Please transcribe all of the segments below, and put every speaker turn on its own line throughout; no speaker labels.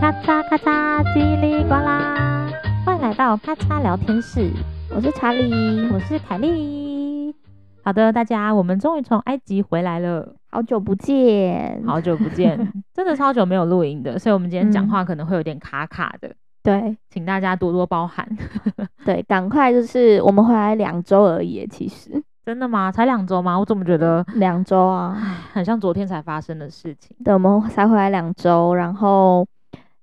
咔嚓咔嚓，叽里呱啦，欢迎来到咔嚓聊天室，我是查理，我是凯莉。好的，大家，我们终于从埃及回来了，
好久不见，
好久不见，真的超久没有录音的，所以我们今天讲
嗯
话可能会有点卡卡的，
对
请大家多多包涵。
对，赶快就是我们回来两周而已耶，其实
真的吗？才两周吗？我怎么觉得
两周啊，
很像昨天才发生的事情？
对，我们才回来两周，然后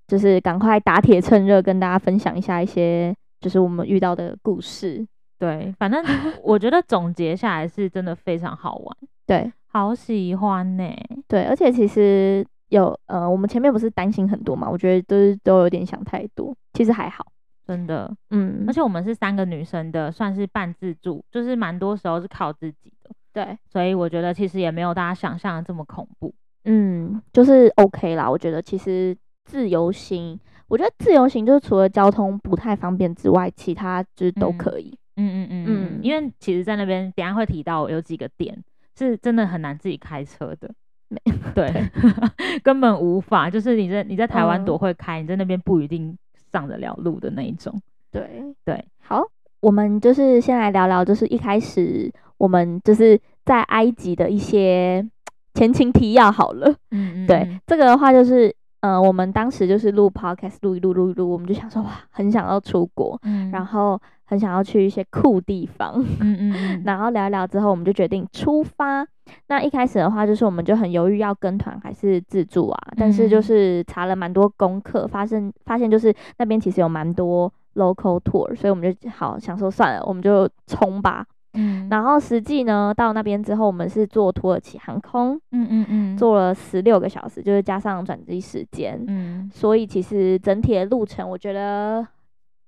就是赶快打铁趁热跟大家分享一下一些就是我们遇到的故事，
对，反正我觉得总结下来是真的非常好玩，
对
好喜欢呢、
对，而且其实有呃，我们前面不是担心很多嘛，我觉得都是都有点想太多，其实还好，
真的。
嗯
而，且我们是三个女生的，算是半自助，就是蛮多时候是靠自己的，
对，
所以我觉得其实也没有大家想象的这么恐怖。
嗯，就是 OK 啦。我觉得其实自由行，我觉得自由行就是除了交通不太方便之外，其他就是都
嗯
可以。
嗯嗯嗯嗯，
嗯
因为其实，在那边等一下会提到有几个点是真的很难自己开车的
没。
对， 根本无法，就是你在你在台湾
嗯
多会开，你在那边不一定上得了路的那一种。
对
对，
好，我们就是先来聊聊，就是一开始我们就是在埃及的一些前情提要好了。
嗯
对，，这个的话就是。呃，我们当时就是录 podcast，录一录，录一录，我们就想说，哇，很想要出国，
嗯
然后很想要去一些酷地方，
嗯嗯 嗯，
然后聊一聊之后，我们就决定出发。那一开始的话，就是我们就很犹豫要跟团还是自助啊，但是
嗯
就是查了蛮多功课，发现发现就是那边其实有蛮多 local tour，所以我们就好想说算了，我们就冲吧。
嗯
然后实际呢，到那边之后，我们是坐土耳其航空，
嗯嗯嗯，
坐了十六个小时，就是加上转机时间，
嗯
所以其实整体的路程我觉得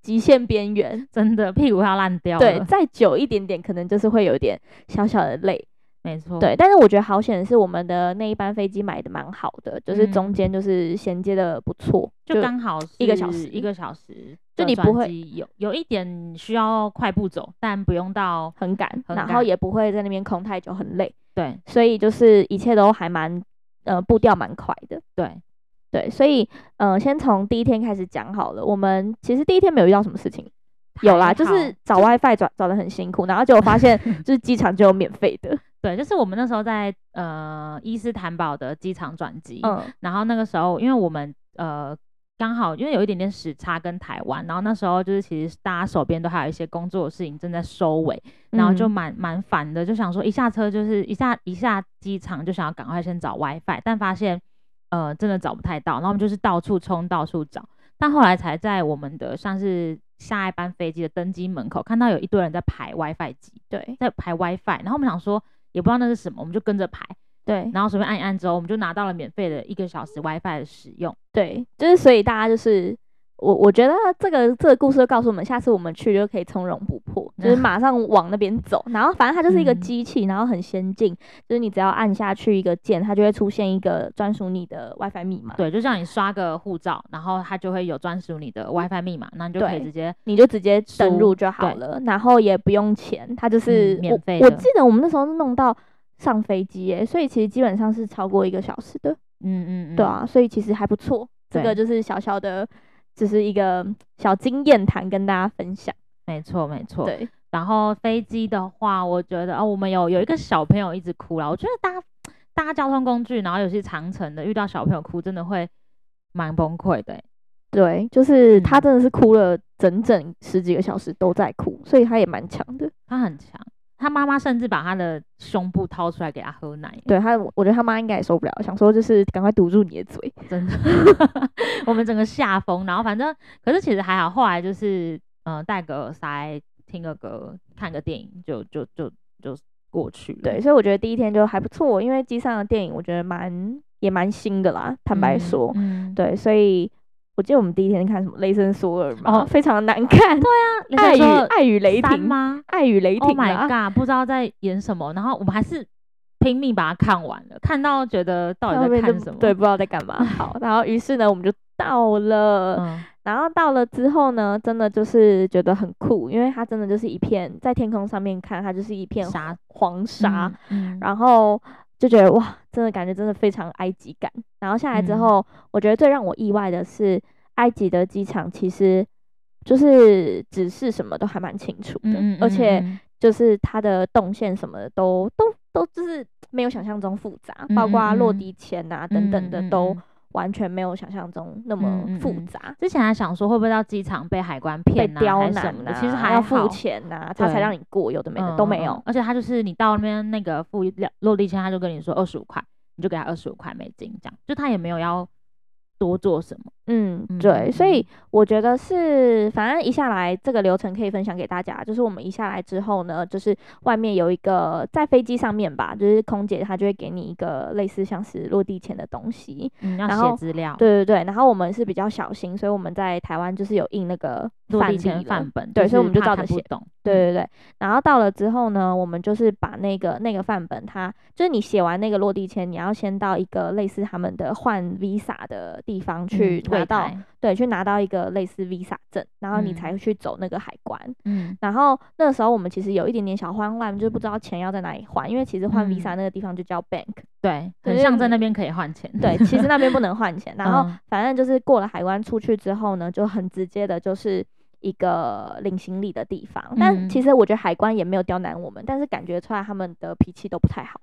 极限边缘。
真的屁股要烂掉
对，
了，
再久一点点，可能就是会有点小小的累。
没错，
对，但是我觉得好险的是我们的那一班飞机买的蛮好的，就是
嗯
中间就是衔接的不错，
就刚好
一个
是
小时
一个小时
就
的
你
转
不会
机有有一点需要快步走，但不用到
很赶，
很
然
赶
后也不会在那边空太久，很累，
对
所以就是一切都还蛮呃步调蛮快的。
对，
对，所以呃，先从第一天开始讲好了。我们其实第一天没有遇到什么事情，有啦，
还
就是
好
找 WiFi 找找的很辛苦，然后结果发现 就是机场就有免费的，
对，就是我们那时候在呃伊斯坦堡的机场转机，
嗯，
然后那个时候因为我们呃。刚好因为有一点点时差跟台湾，然后那时候就是其实大家手边都还有一些工作的事情正在收尾，然后就
嗯
蛮蛮烦的，就想说一下车就是一下一下机场就想要赶快先找 WiFi，但发现呃真的找不太到，然后我们就是到处冲到处找，但后来才在我们的像是下一班飞机的登机门口看到有一堆人在排 WiFi 机，
对
在排 WiFi，然后我们想说也不知道那是什么，我们就跟着排，
对
然后随便按一按之后，我们就拿到了免费的一个小时 WiFi 的使用。
对，就是所以大家就是我我觉得这个这个故事就告诉我们，下次我们去就可以从容不迫，就是马上往那边走。然后反正它就是一个
嗯
机器，然后很先进，就是你只要按下去一个键，它就会出现一个专属你的 WiFi 密码，
对，就像你刷个护照，然后它就会有专属你的 WiFi 密码，那你就可以
对
直接
你就直接登
输
录就好
对
了，然后也不用钱，它就是、
嗯免费
我。我
的
记得我们那时候是弄到上飞机耶，所以其实基本上是超过一个小时的，
嗯嗯嗯，
对啊，所以其实还不错。这
对
个就是小小的，就是一个小经验谈跟大家分享。
没错没错。
对，
然后飞机的话，我觉得哦，我们有有一个小朋友一直哭了。我觉得搭搭交通工具，然后尤其长城的，遇到小朋友哭，真的会蛮崩溃的欸。
对，就是他
嗯
真的是哭了整整十几个小时都在哭，所以他也蛮强的。
他很强，他妈妈甚至把他的胸部掏出来给他喝奶，
对他，我觉得他妈应该也受不了，想说就是赶快堵住你的嘴。
真的， 我们整个吓疯。然后反正，可是其实还好，后来就是嗯、呃戴个耳塞，听个歌，看个电影，就就就就过去了。
对，所以我觉得第一天就还不错，因为机上的电影我觉得蛮也蛮新的啦，坦白
嗯
说。
嗯，
对，所以我记得我们第一天看什么《雷神索尔》嘛，
哦
非常的难看，
那
爱
个时
与
候
爱与雷
三
霆？
吗？
爱与雷
Oh
霆
my
啊！
god，不知道在演什么，然后我们还是拼命把它看完了，看到觉得到
后
底在
面
看
就
什么。
对，，不知道在干嘛。好，然后于是呢，我们就到了。
嗯，
然后到了之后呢，真的就是觉得很酷，因为它真的就是一片在天空上面看，它就是一片
沙
黄沙。
嗯嗯，嗯
然后就觉得哇，真的感觉真的非常埃及感。然后下来之
嗯
后，我觉得最让我意外的是，埃及的机场其实就是指示什么都还蛮清楚的，
嗯嗯，
而且
嗯
就是它的动线什么的都都都就是没有想象中复杂，包括落
嗯嗯嗯
地前啊等等的、
嗯嗯
都
嗯
完全没有想象中那么
嗯嗯
复
嗯
杂。
之前还想说会不会到机场被海关
被
骗啊，
刁
还是
难
什么
呐、
的，其实还
要
好
付钱呐、他才
对嗯
让你过，有的没的都没有。
而且他就是你到那边那个付两落地签，他就跟你说二十五块，你就给他二十五块美金，这样就他也没有要多做什么。
嗯
嗯，
对，所以
嗯
我觉得是，反正一下来这个流程可以分享给大家，就是我们一下来之后呢，就是外面有一个在飞机上面吧，就是空姐她就会给你一个类似像是落地前的东西，
嗯，要
然后
写资料，，
对对对。然后我们是比较小心，所以我们在台湾就是有印那个
落
范
地
例
签
了
范本，
对所以我
是
们就
怕
照
看
着
不
写
懂。嗯
对对对，然后到了之后呢，我们就是把那个那个范本它，就是你写完那个落地签，你要先到一个类似他们的换 visa 的地方
嗯
去拿
柜
到，
台
对，去拿到一个类似 visa 证，然后你
嗯
才会去走那个海关。
嗯，
然后那时候我们其实有一点点小慌乱，就是不知道钱要在哪里换，因为其实换
嗯
visa 那个地方就叫 bank，、
对，
就
很
是
像在
你
那边可以换钱。
对，其实那边不能 换钱。然后
嗯
反正就是过了海关出去之后呢，就很直接的，就是一个领行李的地方。但
嗯
其实我觉得海关也没有刁难我们，但是感觉出来他们的脾气都不太好。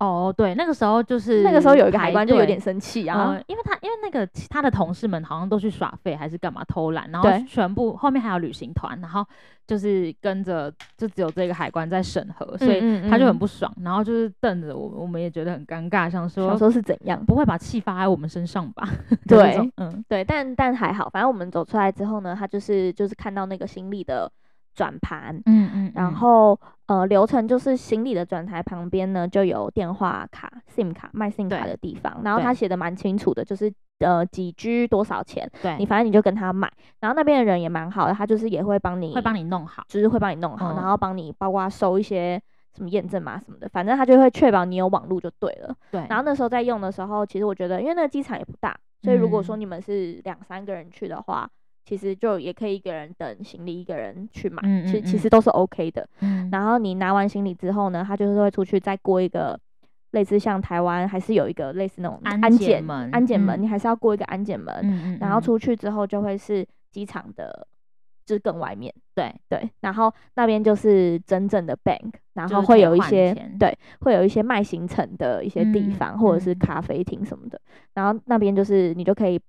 哦，对，那个时候就是
那个时候有一个海
排
关就有
队
点生气啊，
嗯，因为他因为那个其他的同事们好像都去耍废还是干嘛偷懒，然后
对
全部后面还有旅行团，然后就是跟着就只有这个海关在审核，所以
以
他就很不爽，然后就是瞪着我们，我们也觉得很尴尬，想说
想说是怎样。
不会把气发在我们身上吧？ 就那
对
种，嗯
对，但但还好，反正我们走出来之后呢，他就是就是看到那个行李的转盘，
嗯嗯，
然后呃流程就是行李的转台旁边呢就有电话卡 SIM 卡卖 SIM 卡
对
的地方，然后
对
他写的蛮清楚的，就是呃几 G 多少钱，
对，
你反正你就跟他买，然后那边的人也蛮好的，他就是也会帮你，
会帮
你，
你弄好，
就是会帮你弄好，
嗯
然后帮你包括收一些。什么验证码什么的，反正他就会确保你有网络就对了。
对，
然后那时候在用的时候，其实我觉得，因为那个机场也不大，所以如果说
嗯
你们是两三个人去的话，其实就也可以一个人等行李，一个人去买，
嗯
其
嗯
其
嗯
实都是 OK 的。
嗯
然后你拿完行李之后呢，他就是会出去再过一个类似像台湾还是有一个类似那种
安
安
检
检
门
安检门
嗯
你还是要过一个安检门，
嗯嗯，
然后
嗯
出去之后就会是机场的。就是更外面，
对
对，然后那边就是真正的 bank，然
就
后
是可
会
以
有一
换
些
钱
对，会有一些卖行程的一些地
嗯
方，或者是
嗯
咖啡厅什么的，然后那边就是你就可以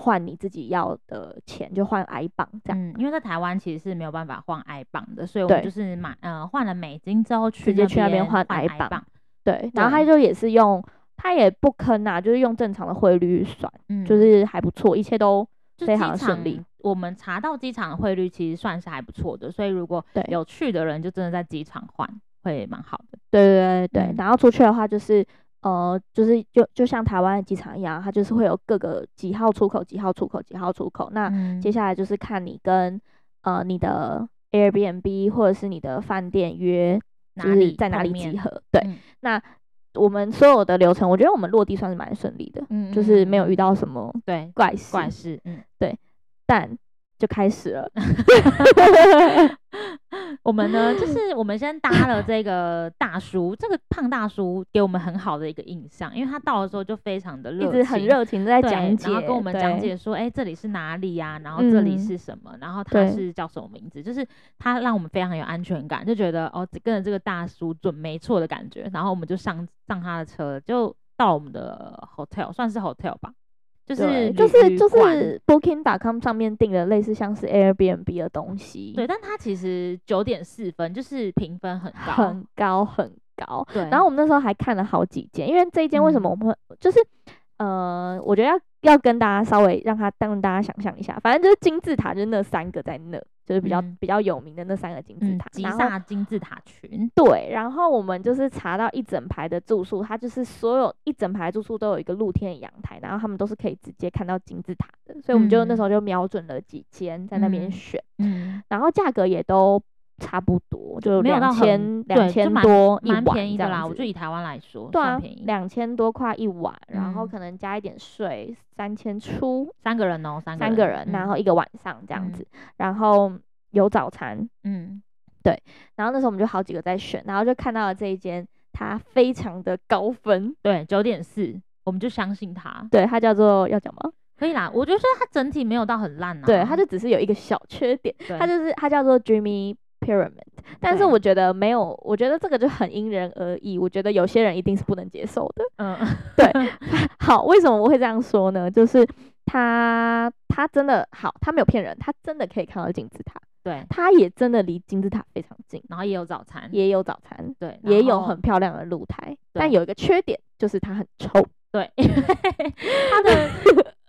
换你自己要的钱，就换 i 镑这样，
嗯，因为在台湾其实是没有办法换 i 镑的，所以我们
对
就是买呃换了美金之后去
直接去那边
边
换
i
I 镑对，然后他
对
就也是用，他也不坑啊，就是用正常的汇率算，
嗯，
就是还不错，一切都
就
非
机
常的顺
场
利。
我们查到机场的汇率其实算是还不错的，所以如果
对
有去的人，就真的在机场换会蛮好的。
对对对对，
嗯
然后出去的话就是。呃，就是就就像台湾的机场一样，它就是会有各个几号出口、几号出口、几号出口。那
嗯
啊接下来就是看你跟呃你的 Airbnb 或者是你的饭店约，
哪
就是
里
在哪
碰
里
面
集合。对，
嗯
那我们所有的流程，我觉得我们落地算是蛮顺利的，
嗯
就是没有遇
到
到什么
对
怪事，
怪事，嗯，
但就开始了。
我们呢，
嗯
就是我们先搭了这个大叔，这个胖大叔给我们很好的一个印象，因为他到的时候就非常的热
一
情，
直很热情的在
对
讲解，
然后跟我们讲
对，
解说，哎、这里是哪里呀、然后这里
嗯
是什么，然后他
对
是叫什么名字，就是他让我们非常有安全感，就觉得哦，只跟着这个大叔准没错的感觉。然后我们就上上他的车，就到我们的 hotel，算是 hotel 吧，就是
对就
旅
是就。
旅馆
是 Booking.com 上面订的类似像是 Airbnb 的东西，
对，，但他其实九点四分，就是评分很高，
很高很高。
对。
然后我们那时候还看了好几间，因为这一间为什么
嗯
我们会、就是呃，我觉得要要跟大家稍微让他让大家想象一下，反正就是金字塔就是那三个在那，就是比较、
嗯
比较有名的那三个金字
嗯
塔，，
吉
然后
萨金字塔群，
对，然后我们就是查到一整排的住宿，它就是所有一整排住宿都有一个露天的阳台，然后他们都是可以直接看到金字塔的，所以我们就那
嗯
时候就瞄准了几间在那边
嗯
选，
嗯，
然后价格也都差不多，就
没有到
两
很
千
对就
两千
蛮
多一
蛮
晚
便宜
这
的
样
啦。我
子
就以台湾来说，
对
算
啊
便宜，，
两千多块一晚，然后
嗯
可能加一点税，三千出
三个人哦，三
三个
个
人，
嗯
然后一个晚上这样
嗯
子，然后有早餐，
嗯，
然后那时候我们就好几个在选，然后就看到了这一间它非常的高分，
对，九点四，我们就相信他，
对，它叫做要讲吗？
可以啦。我觉得它整体没有到很烂啊，
对，它就只是有一个小缺点，
对
它就是它叫做 Dreamy Pyramid，但是
对
我觉得没有，我觉得这个就很因人而异，我觉得有些人一定是不能接受的。
嗯，
好，为什么我会这样说呢？就是他他真的好，他没有骗人，他真的可以看到金字塔，
对，
他也真的离金字塔非常近，
然后也有早餐，
也有早餐，
对，
也
然
有
后
很漂亮的露台，但
对
有一个缺点就是它很臭，
对，它的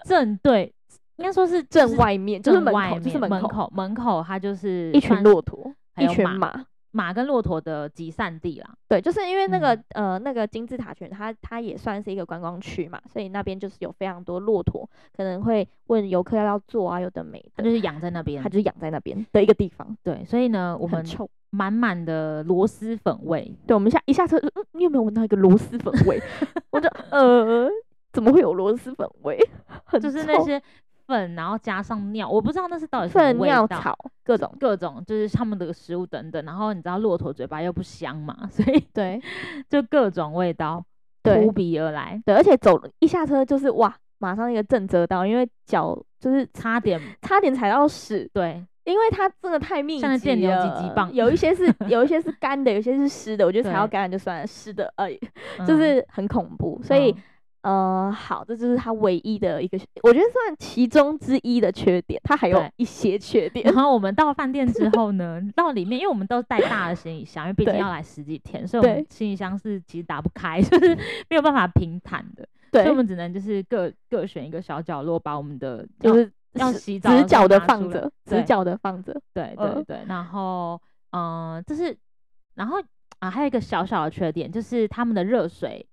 正对应该说是就
正
是
外面就是
正
门
外
口，就是
面
门
门
口
口门口它就是
一群
算
骆驼，
还
一
有
群
马
马。
马跟骆驼的集散地啦，
对，就是因为那个、
嗯
呃那个金字塔群，它它也算是一个观光区嘛，所以那边就是有非常多骆驼，可能会问游客要不要坐啊，有的没
它
的，
就是养在那边
它，就是养在那边的一个地方，
对，所以呢，我
很
们
臭。
满满的螺蛳粉味，
对，我们下一下车就，嗯，你有没有闻到一个螺蛳粉味？ 我就呃，怎么会有螺蛳粉味？ 很
就是那
臭
些粉，然后加上尿，我不知道那是到底什么
粪
味
尿
道
草各种，
各种就是他们的食物等等，然后你知道骆驼嘴巴又不香嘛， 所以
对
就各种味道
对
扑鼻而来，
对，而且走一下车就是哇，马上一个正车道，因为脚就是
差点
差点踩到屎，
对
因为它真的太密集
像那电流
了
急急棒
有一些 是有一些是干的，有一些是湿的，我觉得踩到
对
干的就算了，湿的呃
嗯
就是很恐怖，所以
嗯。
呃，好，这就是它唯一的一个，我觉得算其中之一的缺点。它还有
对
一些缺点
然，后我们到饭店之后呢，到里面，因为我们都带大的行李箱，因为毕竟
对
要来十几天，所以我们
对
行李箱是其实打不开， 就是没有办法平坦的，
对
所以我们只能就是各各选一个小角落，把我们的
就
要
是
要
直
洗澡的
直
时候
角的
拿
放
出来
着，直
对
角的放着。
对
呃
对对，然后嗯、呃，就是然后啊，还有一个小小的缺点就是他们的热水，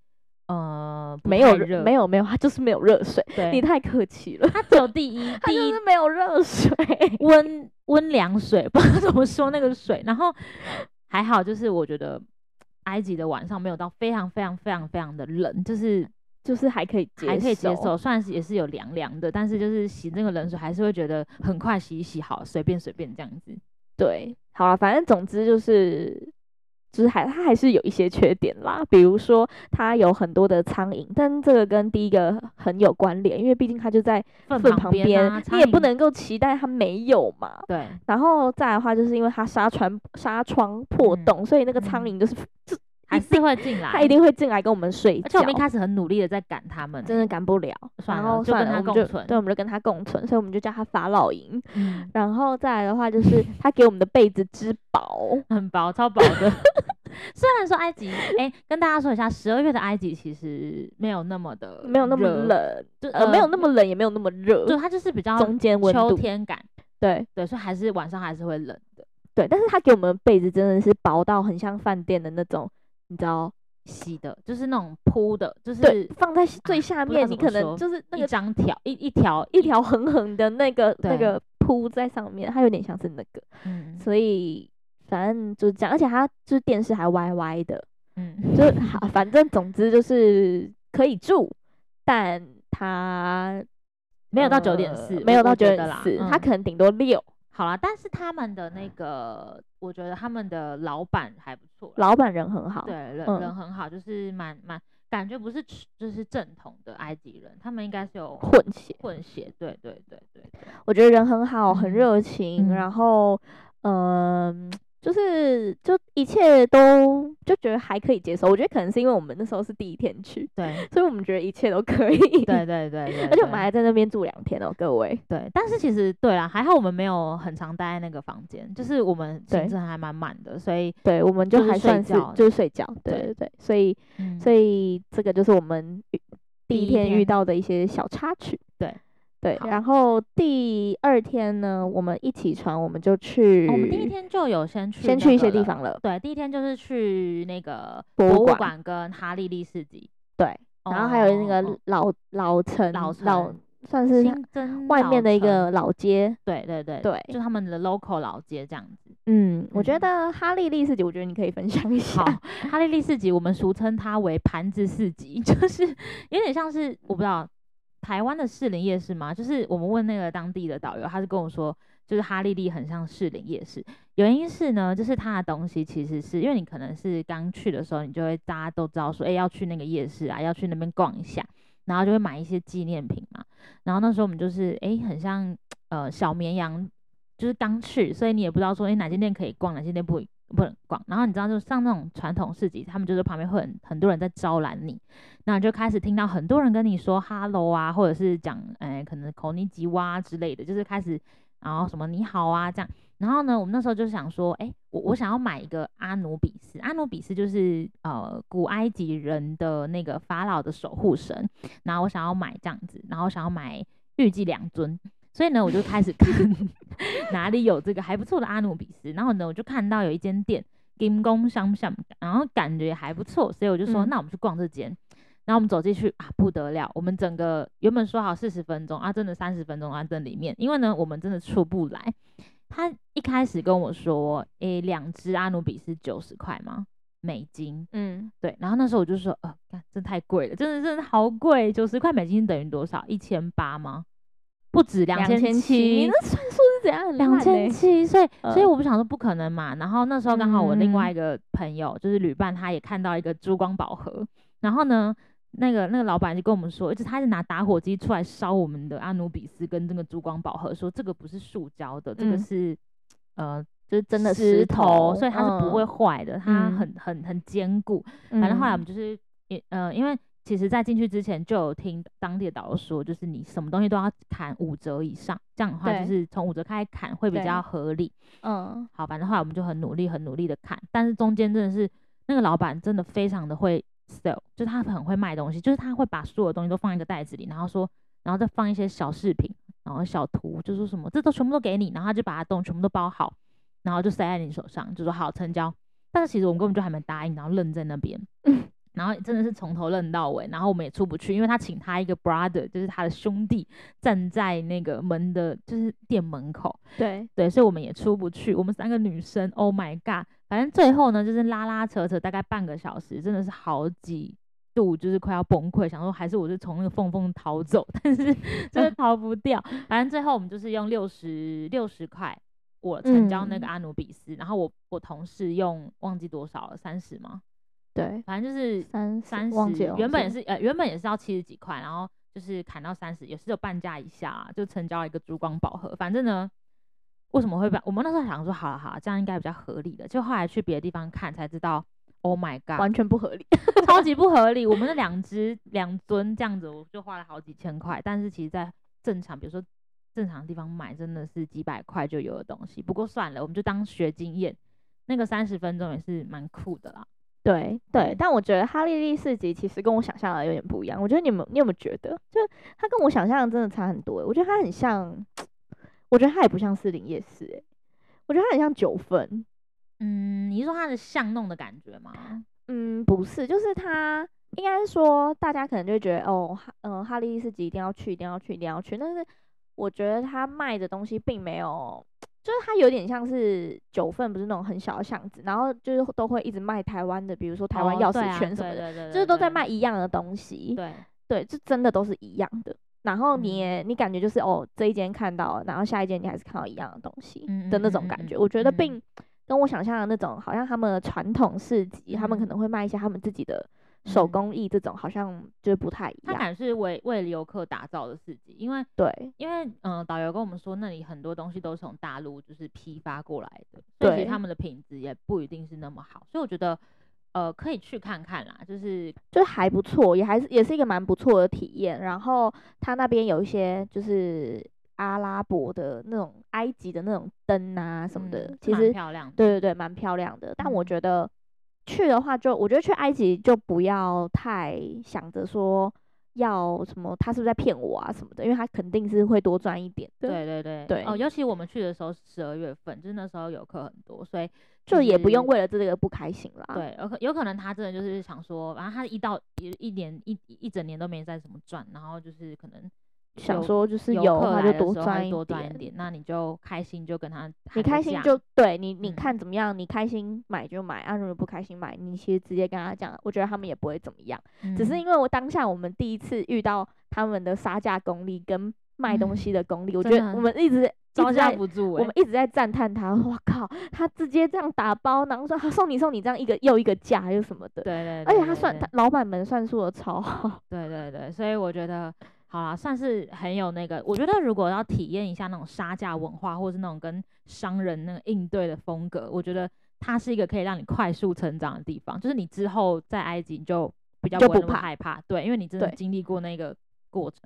呃，不
没有
太
热
热，
没有没有，它就是没有热水。
对，
你太客气了，
它只有第一
它
第
就
一
是没有热水。
温温凉水， 不知道怎么说那个水。然后还好，就是我觉得埃及的晚上没有到非常非常非常非常的冷，就是
就是还可以接受，
还可以接受，虽然是也是有凉凉的，但是就是洗那个冷水还是会觉得很快洗一洗好，随便随便这样子。
对，好了，反正总之就是，就是还它还是有一些缺点啦，比如说它有很多的苍蝇，但这个跟第一个很有关联，因为毕竟它就在粪
粪
旁
边啊，
你
苍
也不
蝇
能够期待它没有嘛。
对
然后再来的话，就是因为它纱窗纱窗破
嗯
洞，所以那个苍
嗯
蝇就是就
还
一
是
定
会进来，
它一定会进来跟我们睡觉，
而且我们一开始很努力的在赶他们，
真的赶不了，
算
然
了
后
就
算
跟
了，
它
我们
共
就
存
对，我们就跟它共存，所以我们就叫它法老蝇。
嗯
然后再来的话，就是它给我们的被子之宝，
很薄，超薄的。 虽然说埃及，哎、跟大家说一下，十二月的埃及其实没有那么的
没有那么
嗯热，
冷，
就
呃，没有那么冷，也没有那么热，
就它就是比较
中间温
秋
度。
天感，
对
对，所以还是晚上还是会冷的，
对，但是它给我们的被子真的是薄到很像饭店的那种，你知道？
洗的，就是那种铺的，就是
对，放在最
啊
下
不知道
面，
怎
你
么
可能
说
就是那
一
个
张条一一条
一，条横横的那个那
对
个铺在上面，它有点像是那个，
嗯
所以反正就是这样，而且它就是电视还歪歪的，
嗯，
就是好，反正总之就是可以住，但它
没有到
呃
九点四，
没有到
我
九
觉
点
得啦
四，，它
嗯
可能顶多六。
好啦，但是他们的那个，我觉得他们的老板还不错啦，
老板人很好，
对，人、
嗯
人很好，就是蛮蛮感觉不是吃就是正统的埃及人，他们应该是有
混血，
混血，对对对对对，
我觉得人很好，很
嗯
热情，
嗯
然后嗯、就是就一切都就觉得还可以接受。我觉得可能是因为我们那时候是第一天去，
对
所以我们觉得一切都可以。
对对对 对，
而且我们
对
还在那边住两天哦，各位。
对，但是其实对啦，还好我们没有很常待在那个房间，就是我们
对
行程还蛮满的，所以
对，我们就
就是
还
睡
算是
觉
就是睡觉，对
对
对对，所以
嗯，
所以这个就是我们遇第
第
一
一
天遇
天
到的一些小插曲。
对
对，
好
然后第二天呢，我们一起床我们就去，
哦我们第一天就有先去
先
那
去一
个
些地
了。
方了，
对，第一天就是去那个
博物
物
馆
馆跟哈利利市集，
对，然后还有那
哦
个老老城
老
老
城
算是它
新增
外面的一
老城
个老街。
对对对
对
就他们的 local 老街这样子。
嗯，我觉
嗯
得哈利利市集，我觉得你可以分享一下
好。，哈 利利市集我们俗称它为盘子市集，就是有点像是我不知道台湾的士林夜市吗？就是我们问那个当地的导游，他是跟我说，就是哈利利很像士林夜市。原因是呢，就是它的东西其实是因为你可能是刚去的时候，你就会大家都知道说，哎、要去那个夜市啊，要去那边逛一下，然后就会买一些纪念品嘛。然后那时候我们就是，哎、很像呃小绵羊，就是刚去，所以你也不知道说，哎、哪间店可以逛，哪间店不不能逛。然后你知道，就像那种传统市集，他们就是旁边会很很多人在招揽你，那你就开始听到很多人跟你说 “hello” 啊，或者是讲哎、可能口尼吉哇啊之类的，就是开始然后什么你好啊这样。然后呢，我们那时候就想说，哎、我我想要买一个阿努比斯，阿努比斯就是呃古埃及人的那个法老的守护神，然后我想要买这样子，然后想要买预计两尊。所以呢，我就开始看哪里有这个还不错的阿努比斯，然后呢，我就看到有一间店金宫商巷，然后感觉还不错，所以我就说，
嗯
那我们去逛这间。然后我们走进去啊，不得了！我们整个原本说好四十分钟啊，真的三十分钟啊，在里面，因为呢，我们真的出不来。他一开始跟我说，诶、两只阿努比斯九十块吗？美金，
嗯，
对。然后那时候我就说，呃，干，这太贵了，真的真的好贵，九十块美金等于多少？一千八吗？不止两千
你
七，
那算数是怎样？很
两
烂
千
欸
七，所以所以
嗯
我不想说不可能嘛。然后那时候刚好我另外一个朋友、就是旅伴，他也看到一个珠光宝盒，然后呢，那个那个老板就跟我们说，而且他是拿打火机出来烧我们的阿努比斯跟这个珠光宝盒，说这个不是塑胶的，这个
嗯
是、呃
就是真的
石
头，
所以它是不会坏的，它
嗯
很很很坚固。
嗯。
反正后来我们就是也呃，因为其实在进去之前就有听当地的导游说，就是你什么东西都要砍五折以上，这样的话就
对
是从五折开始砍会比
对
较合理。
嗯，
好，反正后来我们就很努力、很努力的看，但是中间真的是那个老板真的非常的会 sell，就是他很会卖东西，就是他会把所有东西都放一个袋子里，然后说，然后再放一些小饰品，然后小图，就说什么这都全部都给你，然后他就把它东西全部都包好，然后就塞在你手上，就说好成交。但是其实我们根本就还没答应，然后愣在那边。 然后真的是从头愣到尾，然后我们也出不去，因为他请他一个 brother，就是他的兄弟，站在那个门的，就是店门口，
对，
对，所以我们也出不去。我们三个女生，Oh my god！反正最后呢，就是拉拉扯扯，大概半个小时，真的是好几度，就是快要崩溃，想说还是我就从那个缝缝逃走， 但是真的逃不掉。反正最后我们就是用六十六十块，我成交那个
嗯
阿努比斯，然后我我同事用忘记多少了，三十吗？
对，
反正就是
三
三
十，忘记
十
了，
原本也
是
是呃原本也是要七十几块，然后就是砍到三十，也是有半价以下、啊，就成交了一个珠光宝盒。反正呢，为什么会把我们那时候想说，好了好了，这样应该比较合理的。就后来去别的地方看才知道，Oh my god，
完全不合理。
超级不合理。我们那两只两尊这样子，我就花了好几千块，但是其实在正常，比如说正常地方买，真的是几百块就有的东西。不过算了，我们就当学经验。那个三十分钟也是蛮酷的啦，
对对
嗯，
但我觉得《哈利利》四集其实跟我想象的有点不一样。我觉得你们，你有没有觉得，就它跟我想象的真的差很多欸、我觉得它很像，我觉得它也不像四零夜市、欸，我觉得它很像九份。
嗯，你是说它的巷弄的感觉吗？
嗯，不是，就是它应该是说，大家可能就会觉得哦，哈嗯、哈利利市集一定要去，一定要去，一定要去。但是我觉得它卖的东西并没有，就是它有点像是九份，不是那种很小的巷子，然后就是都会一直卖台湾的，比如说台湾
哦
钥匙
对啊
圈什
对
么的，
对对对
就是都在
对
卖一样的东西。
对，
对，这真的都是一样的。然后
嗯
你也、你感觉就是哦，这一间看到了，然后下一间你还是看到一样的东西
嗯
的
嗯
那
嗯
种
嗯
感觉。
嗯
我觉得
嗯
并跟我想象的那种，好像他们的传统市集，他们可能会卖一些他们自己的手
嗯
工艺，这种好像就是不太一
它
样。
感觉是为为游客打造的市集，因为
对
因为嗯、呃导游跟我们说，那里很多东西都是从大陆就是批发过来的，所以其实
对
他们的品质也不一定是那么好，所以我觉得呃可以去看看啦，就是
就还不错，也还是也是一个蛮不错的体验。然后它那边有一些就是阿拉伯的那种、埃及的那种灯啊什么的，
嗯
其
蛮
实
漂亮的，
对对对，蛮漂亮的。但
嗯
我觉得去的话就，我觉得去埃及就不要太想着说要什么，他是不是在骗我啊什么的，因为他肯定是会多赚一点的。，
对对对
对
哦，尤其我们去的时候是十二月份，就是那时候游客很多，所以
就也不用啊
是
为了这个不开心啦。，
对，有可有可能他真的就是想说，然后他一到一一年一一整年都没在怎么赚，然后就是可能
想
有
说就是
游
有
客
他
来
就
的
多
时候还
赚
是
一
多赚
点
一点，那你就开心就跟他
你
喊个
开心
价
就对你，你
嗯
看怎么样？你开心买就买，啊，如果不开心买，你其实直接跟他讲，我觉得他们也不会怎么样。只是
嗯
因为我当下我们第一次遇到他们的杀价功力跟卖东西的功力，我
嗯
觉
真
得
的
我们一直一
招
直
架
在。
不住、
我
欸，
们一直在赞叹他， 哇靠，他直接这样打包，然后说他 送你送你这样一个又一个价又什么的，
对对
而
对
且他
对
算
对
他老板们算数的超好，
对对对，所以我觉得好啦，算是很有那个。我觉得如果要体验一下那种杀价文化，或是那种跟商人那个应对的风格，我觉得它是一个可以让你快速成长的地方。就是你之后在埃及你就比较
就
不会
不
那么
怕
害怕，对，因为你真的
对
经历过那个过程。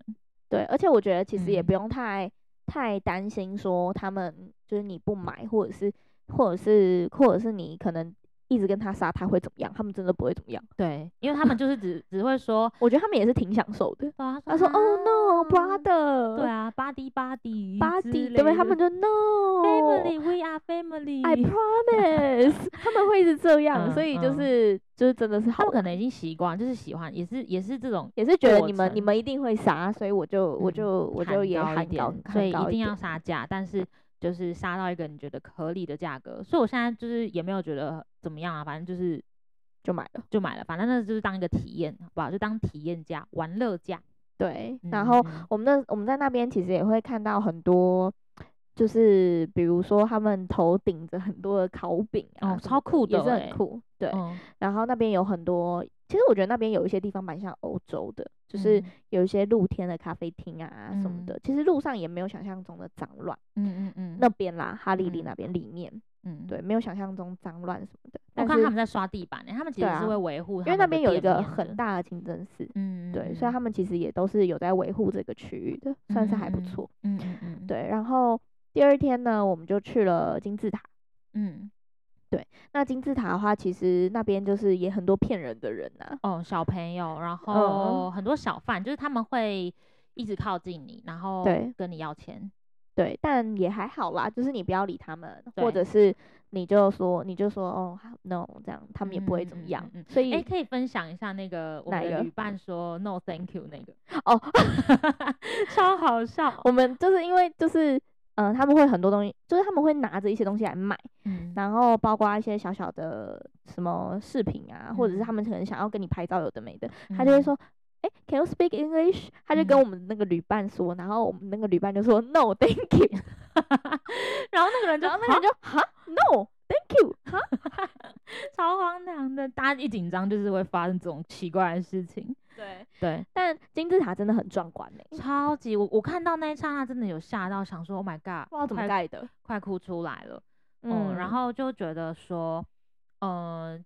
对，而且我觉得其实也
嗯
不用太、太担心说他们就是你不买，或者是或者是或者是你可能一直跟他杀，他会怎么样？他们真的不会怎么样。
对，因为他们就是只只会说，
我觉得他们也是挺享受的。
啊，
他说、，Oh
啊
o h no, brother，
对啊，body body
，body，对不对？他们就 No，I
family，we are family。
promise，他 们会是这样，
嗯
所以
嗯
就是、就是真的是
他
好
们可
玩
能已经习惯，就是喜欢，也是也是这种
也是觉得
过
你们你
程
们一定会杀，所以我就、我
嗯
就我就也喊
喊
高
高一，点，所以
喊高
一定要
点
杀价，但是就是杀到一个你觉得合理的价格。所以我现在就是也没有觉得怎么样啊，反正就是
就买了。
就买了，反正那就是当一个体验，好不好？就当体验价、玩乐价。
对，
嗯
然后
嗯
我们那我们在那边其实也会看到很多，就是比如说他们头顶着很多的烤饼啊
哦，
什
超
么
酷
也
的
是很
欸
酷。对，
嗯，
然后那边有很多，其实我觉得那边有一些地方蛮像欧洲的，就是
嗯
有一些露天的咖啡厅啊什么
嗯
的。其实路上也没有想象中的脏乱，
嗯嗯嗯，
那边啦，哈利利
嗯
那边里面，
嗯，
对，没有想象中脏乱什么的。
我
但
看
是
他们在刷地板欸，他们其
对
实是
啊
会维护他们的店面的，
因为那边有一个很大的清真寺，
嗯，嗯，
对，所以
嗯
他们其实也都是有在维护这个区域的，算是还不
嗯嗯嗯
错。
嗯嗯嗯，
对，然后第二天呢，我们就去了金字塔。
嗯
那金字塔的话，其实那边就是也很多骗人的人呐、
哦，小朋友，
嗯
然后很多小贩，就是他们会一直靠近你，然后
对
跟你要钱。
对，但也还好啦，就是你不要理他们，或
对
者是你就说你就说哦好，no 这样，他们也不会怎么
嗯嗯嗯
样。
嗯嗯
所以、
哎、可以分享一下那个我
哪
们
一个
的旅伴说 “no thank you” 那个
哦，
超好笑。
我们就是因为就是嗯、呃他们会很多东西，就是他们会拿着一些东西来卖，
嗯，
然后包括一些小小的什么饰品啊，或者是
嗯
他们可能想要跟你拍照有的没的，他就会说。哎、c a n you speak English？他就跟
嗯
我们那个旅伴说，然后我们那个旅伴就说 No，thank you。
嗯， 然后那个人就
然后那个人就哈 No，thank you。
啊超荒唐的，大家一紧张就是会发生这种奇怪的事情。
对，
对，
但金字塔真的很壮观欸呢、不
超级我我看到那一刹那真的有吓到，想说 “Oh my god”，
知道怎么
快
盖的。
快哭出来了。嗯，然后就觉得说，呃，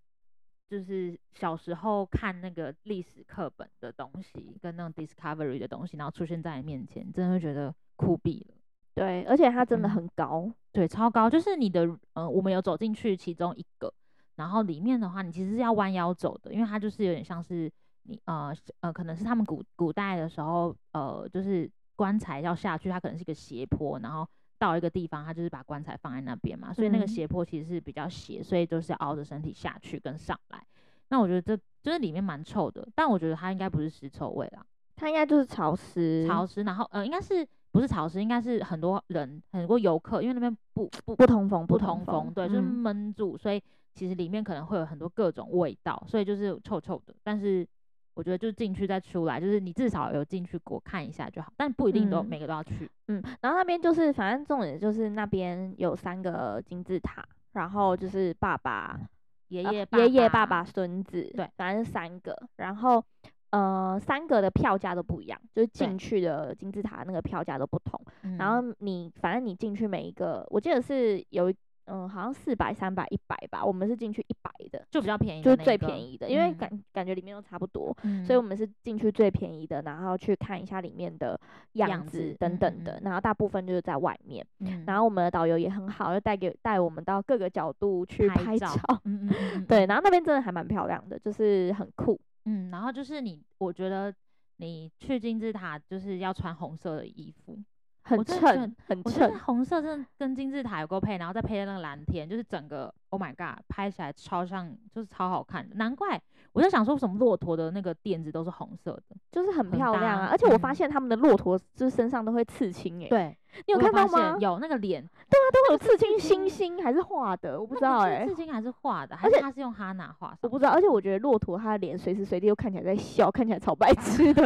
就是小时候看那个历史课本的东西，跟那种 Discovery 的东西，然后出现在你面前，真的会觉得酷毙了。
对，而且它真
嗯
的很高，
对，超高，就是你的，呃，我们有走进去其中一个，然后里面的话，你其实是要弯腰走的，因为它就是有点像是你，呃，呃，可能是他们古古代的时候，呃，就是棺材要下去，它可能是一个斜坡，然后到一个地方，它就是把棺材放在那边嘛，所以那个
嗯
斜坡其实是比较斜，所以就是要凹着身体下去跟上来。那我觉得这就是里面蛮臭的，但我觉得它应该不是尸臭味啦，
它应该就是潮湿，
潮湿，然后呃，应该是不是潮湿，应该是很多人很多游客，因为那边不不
不通风，
不
通
通风，对，就是
嗯
闷住，所以其实里面可能会有很多各种味道，所以就是臭臭的。但是我觉得就进去再出来，就是你至少有进去过看一下就好，但不一定都、
嗯
每个都要去。
嗯，然后那边就是反正重点就是那边有三个金字塔，然后就是爸爸、
嗯爷
呃
爷、
爷爷、爸爸、，孙子，
对，
反正是三个。然后，呃，三个的票价都不一样，就是进
对
去的金字塔那个票价都不同。
嗯
然后你反正你进去每一个，我记得是有一嗯，好像四百、三百、一百吧，我们是进去一百的，
就比较便宜
就
的
是
那一个，
最便宜的，因为
嗯
感、感觉里面都差不多。
嗯
所以我们是进去最便宜的，然后去看一下里面的样
样
子
子
等
嗯
等
嗯
的，
嗯
然后大部分就是在外面。
嗯
然后我们的导游也很好，就带给带我们到各个角度去
拍
拍照。
照嗯嗯嗯嗯，嗯
对，然后那边真的还蛮漂亮的，就是很酷。
嗯，然后就是你，我觉得你去金字塔就是要穿红色的衣服，
很
我真的觉
衬，很
我觉
衬
得。红色真的跟金字塔有够配，然后再配那个蓝天，就是整个 Oh my God，拍起来超像，就是超好看的。难怪我在想说，为什么骆驼的那个垫子都是红色的？
就是很
很
漂亮啊
搭！
而且我发
嗯
现他们的骆驼就是身上都会刺青诶、
对，
你有看到吗？
有那个脸，
都会有刺青，
刺青啊
星星还是画的，我不
那
知道
个
诶、
是刺青啊还是画的，
而
还是
且
他是用哈娜画上的？
我不知道。而且我觉得骆驼它的脸随时随地都看起来在笑，看起来超白 痴的。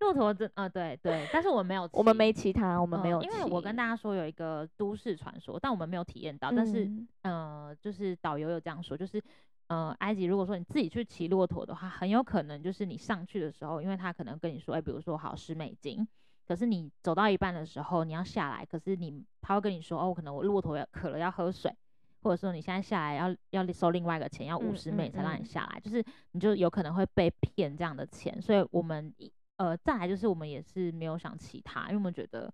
骆驼真呃对对，但是我没有骑，
我们没骑它，我们
嗯
没有骑、
因为我跟大家说有一个都市传说，但我们没有体验到，但是
嗯
呃，就是导游有这样说，就是呃，埃及如果说你自己去骑骆驼的话，很有可能就是你上去的时候，因为他可能跟你说，哎、比如说好十美金，可是你走到一半的时候你要下来，可是你他会跟你说，哦，可能我骆驼要渴了要喝水。或者说你现在下来要要收另外一个钱，要
嗯
五十美才让
嗯
你下来，就是你就有可能会被骗这样的钱，所以我们一呃再来就是我们也是没有想骑它，因为我们觉得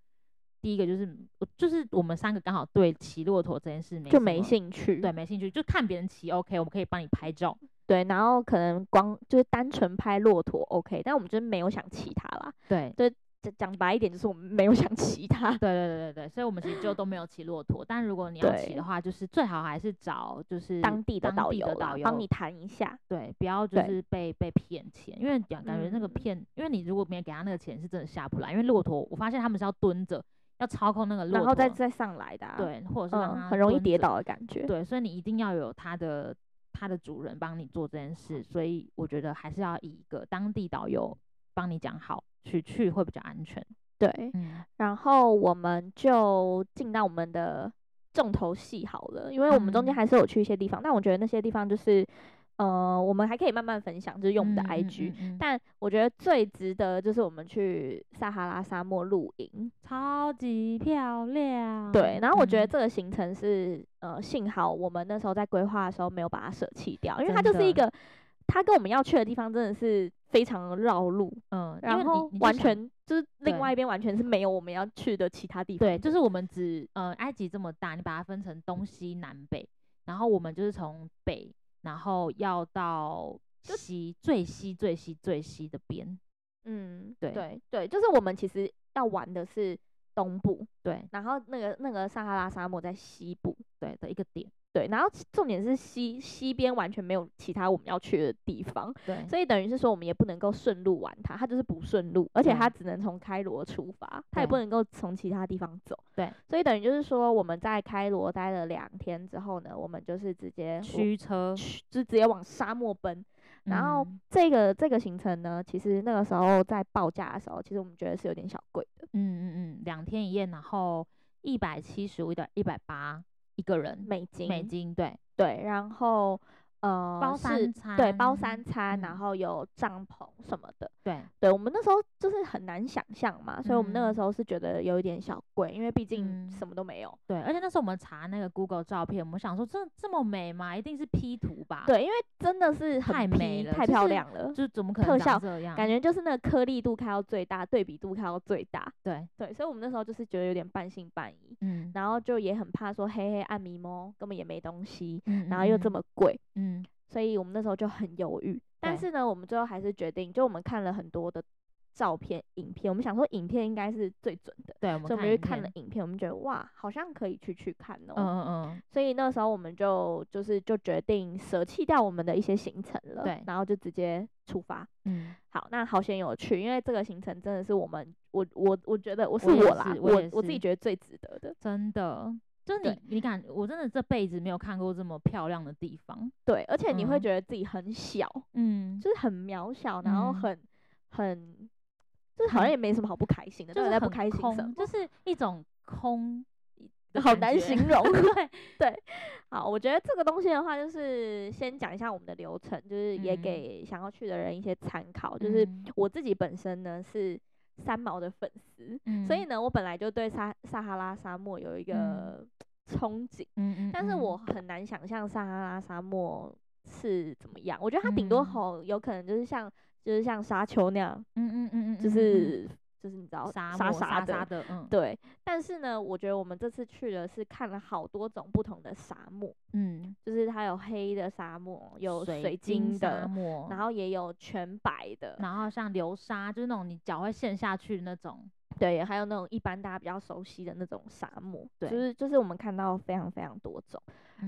第一个就是我就是我们三个刚好对骑骆驼这件事没
就
什
没
么
兴趣。
对，没兴趣，就看别人骑 OK，我们可以帮你拍照。
对，然后可能光就是单纯拍骆驼 OK，但我们就是没有想骑它啦。
对，
讲讲白一点，就是我们没有想骑它。
对对对对对，所以我们其实就都没有骑骆驼。但如果你要骑
对
的话，就是最好还是找就是
当地的
导
导游啦
导游
帮你谈一下，
对，不要就
对
是被被骗钱，因为感感觉那个
嗯
骗，因为你如果没给他那个钱，是真的下不来。因为骆驼，我发现他们是要蹲着，要操控那个骆
然
驼，
后再再上来的、啊，，
对，或者是让
嗯，
它
很容易
蹲
跌
着
倒的感觉。
对，所以你一定要有它的它的主人帮你做这件事，所以我觉得还是要以一个当地导游帮你讲好去去会比较安全。
对，
嗯，
然后我们就进到我们的重头戏好了，因为我们中间
嗯
还是有去一些地方，但我觉得那些地方就是，呃，我们还可以慢慢分享，就是用我们的 IG。
嗯嗯嗯
但我觉得最值得就是我们去撒哈拉沙漠露营，
超级漂亮。
对。然后我觉得
嗯
这个行程是，呃，幸好我们那时候在规划的时候没有把它舍弃掉，因为它就
真
是一
的
个，它跟我们要去的地方真的是非常绕路，
嗯，因为
然
你
后
你就
完
想
全就是另
对
外一边完全是没有我们要去的其他地方的，
对，就是我们只呃埃及这么大，你把它分成东西南北，然后我们就是从北，然后要到西最西最西最西的边。
嗯，
对
对对，就是我们其实要玩的是东部，
对
然后那个那个撒哈拉沙漠在西部，
对的一个点，
对，然后其重点是西西边完全没有其他我们要去的地方，
对，
所以等于是说我们也不能够顺路玩它，它就是不顺路，而且它
对
只能从开罗出发，它也
对
不能够从其他地方走，
对，
所以等于就是说我们在开罗待了两天之后呢，我们就是直接
驱车，
去就直接往沙漠奔，然后
嗯
这个这个行程呢，其实那个时候在报价的时候，其实我们觉得是有点小贵的，
嗯嗯嗯，两天一夜，然后一百七十五到一百八一个人
美
嗯
金，
美金，对，
对，然后呃
包
是
三餐，
对，包三餐，然
嗯
后有帐篷什么的。
对，
对我们那时候就是很难想象嘛，所以我们那个
嗯
时候是觉得有一点小贵，因为毕竟
嗯
什么都没有。
对，而且那时候我们查那个 Google 照片，我们想说这这么美吗？一定是 P 图吧？，
对，因为真的是很
啊太美
P，
了
太
就
漂
是
亮了，
就怎么可
特
能
效
长这样？
感觉就是那个颗粒度开到最大，对比度开到最大。
对，
对，所以我们那时候就是觉得有点半信半疑，
嗯，
然后就也很怕说黑黑暗迷蒙根本也没东西，
嗯
然后又这，么贵，
嗯嗯
所以我们那时候就很犹豫。但
对
是呢，我们最后还是决定，就我们看了很多的照片、影片，我们想说影片应该是最准的，
对，我们
所以我们就
影
看了
片，
影片，我们觉得哇，好像可以去去看哦。
嗯嗯
所以那时候我们就就是就决定舍弃掉我们的一些行程了，
对
然后就直接出发。
嗯
好，那好险有去，因为这个行程真的是我们，我我我觉得我是
我也
我啦，
是
我
我也
我自己
是
觉得最值得的
嗯，。真的，就是
对
你你感，我真的这辈子没有看过这么漂亮的地方，
对，而且你会
嗯
觉得自己很小，
嗯，
就是很渺小，然后
嗯
很、很，就是好像
很
也没什么好不开心的，
就
到
是
底在不
很
开心什
空，
么？
就是一种空的
好
感
难
觉
形容
对，
好，我觉得这个东西的话，就是先讲一下我们的流程，就是也
嗯
给想要去的人一些参考。就是
嗯
我自己本身呢是三毛的粉丝，
嗯
所以呢，我本来就对撒撒哈拉沙漠有一个憧憬，
嗯嗯，
但是
嗯
我很难想象撒哈拉沙漠是怎么样。我觉得它顶多
嗯
好，有可能就是像就是像沙丘那样，
嗯嗯嗯嗯，
就
嗯
是、就是你知道
嗯沙
沙
漠
沙
沙
的，
沙的，嗯
对。但是呢，我觉得我们这次去的是看了好多种不同的沙漠，
嗯，
就是它有黑的沙漠，有水
水
晶
沙
的，
漠，
然后也有全白的，
然后像流沙，就是那种你脚会陷下去的那种，
对，还有那种一般大家比较熟悉的那种沙漠，
对
就是就是我们看到非常非常多种。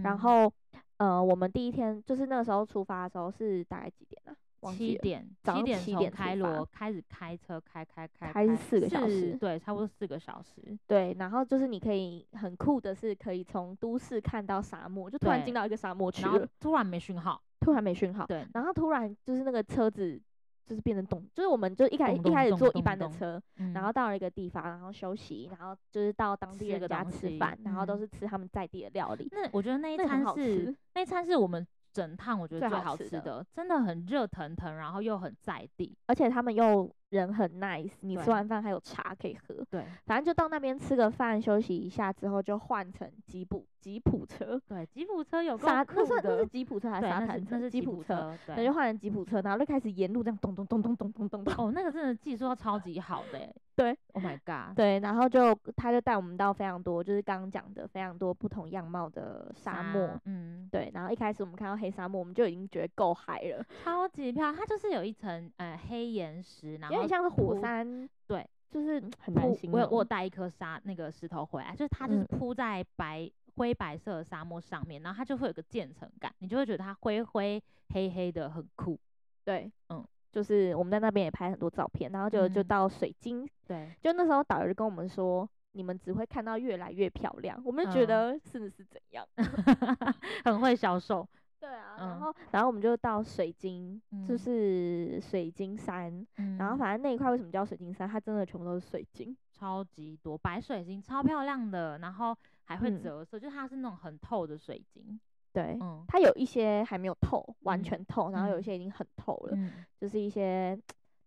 然
嗯
后呃，我们第一天就是那时候出发的时候是大概几点啊？忘记
七
了
点，
早
七
上
点
七
从
点出
开
发
罗开始开车，开开开
开四个小
四
时
对，差不多四个小时。
对，然后就是你可以很酷的是，可以从都市看到沙漠，就突然
对
进到一个沙漠去
然后
了，
突然没讯号，
突然没讯号，
对，
然后突然就是那个车子就是变成动，就是我们就一开
咚
一
咚
开始
咚
坐一
咚
般的
咚
车，
嗯
然后到了一个地方，然后休息，然后就是到当地
吃
人
个
家
东
吃
西
饭，然后都
嗯
是吃他们在地的料理，
那我觉得那一
那个很
餐
好
是
吃，
那一餐是我们整趟我觉得
最
最
好
好
吃
吃
的
的，真的很热腾腾，然后又很在地，
而且他们又人很 nice，你吃
对
完饭还有茶可以喝，
对
反正就到那边吃个饭休息一下之后，就换成吉普吉普车，
对，吉普车有够
沙那
酷
是那是
的，
吉普车还
对，
是沙
那
滩
是
车？
那是
吉
吉
普
普
车，
车，
那
对
就，换成吉普车，然后就开始沿路这样咚咚咚咚咚咚咚咚，
哦，那个真的技术要超级好的欸，
对
，Oh my god，
对，然后就他就带我们到非常多，就是刚刚讲的非常多不同样貌的沙漠。，
嗯，
对，然后一开始我们看到黑沙漠，我们就已经觉得够嗨了，
超级漂亮，它就是有一层呃黑岩石，然
有
后
点像是火
铺
山，
对，
就是很
铺
难形
我
容。
有我有带一颗沙那个石头回来，就是它就是
嗯
铺在白、灰白色的沙漠上面，然后它就会有个渐层感，你就会觉得它灰灰黑黑的很酷。
对，嗯
嗯，
就是我们在那边也拍很多照片，然后就就
嗯
到水晶，
对，
就那时候导游就跟我们说，你们只会看到越来越漂亮，我们就觉
嗯
得是是怎样？
很会销售。
对啊，
嗯
然后然后我们就到水晶，就
嗯
是水晶山，然后
嗯
反正那一块为什么叫水晶山？它真的全部都是水晶，
超级多白水晶，超漂亮的，然后还会
嗯
折射，就是它是那种很透的水晶。
对。
嗯
它有一些还没有透，完
嗯
全透，然后有
嗯
一些已经很透了，
嗯
就是一些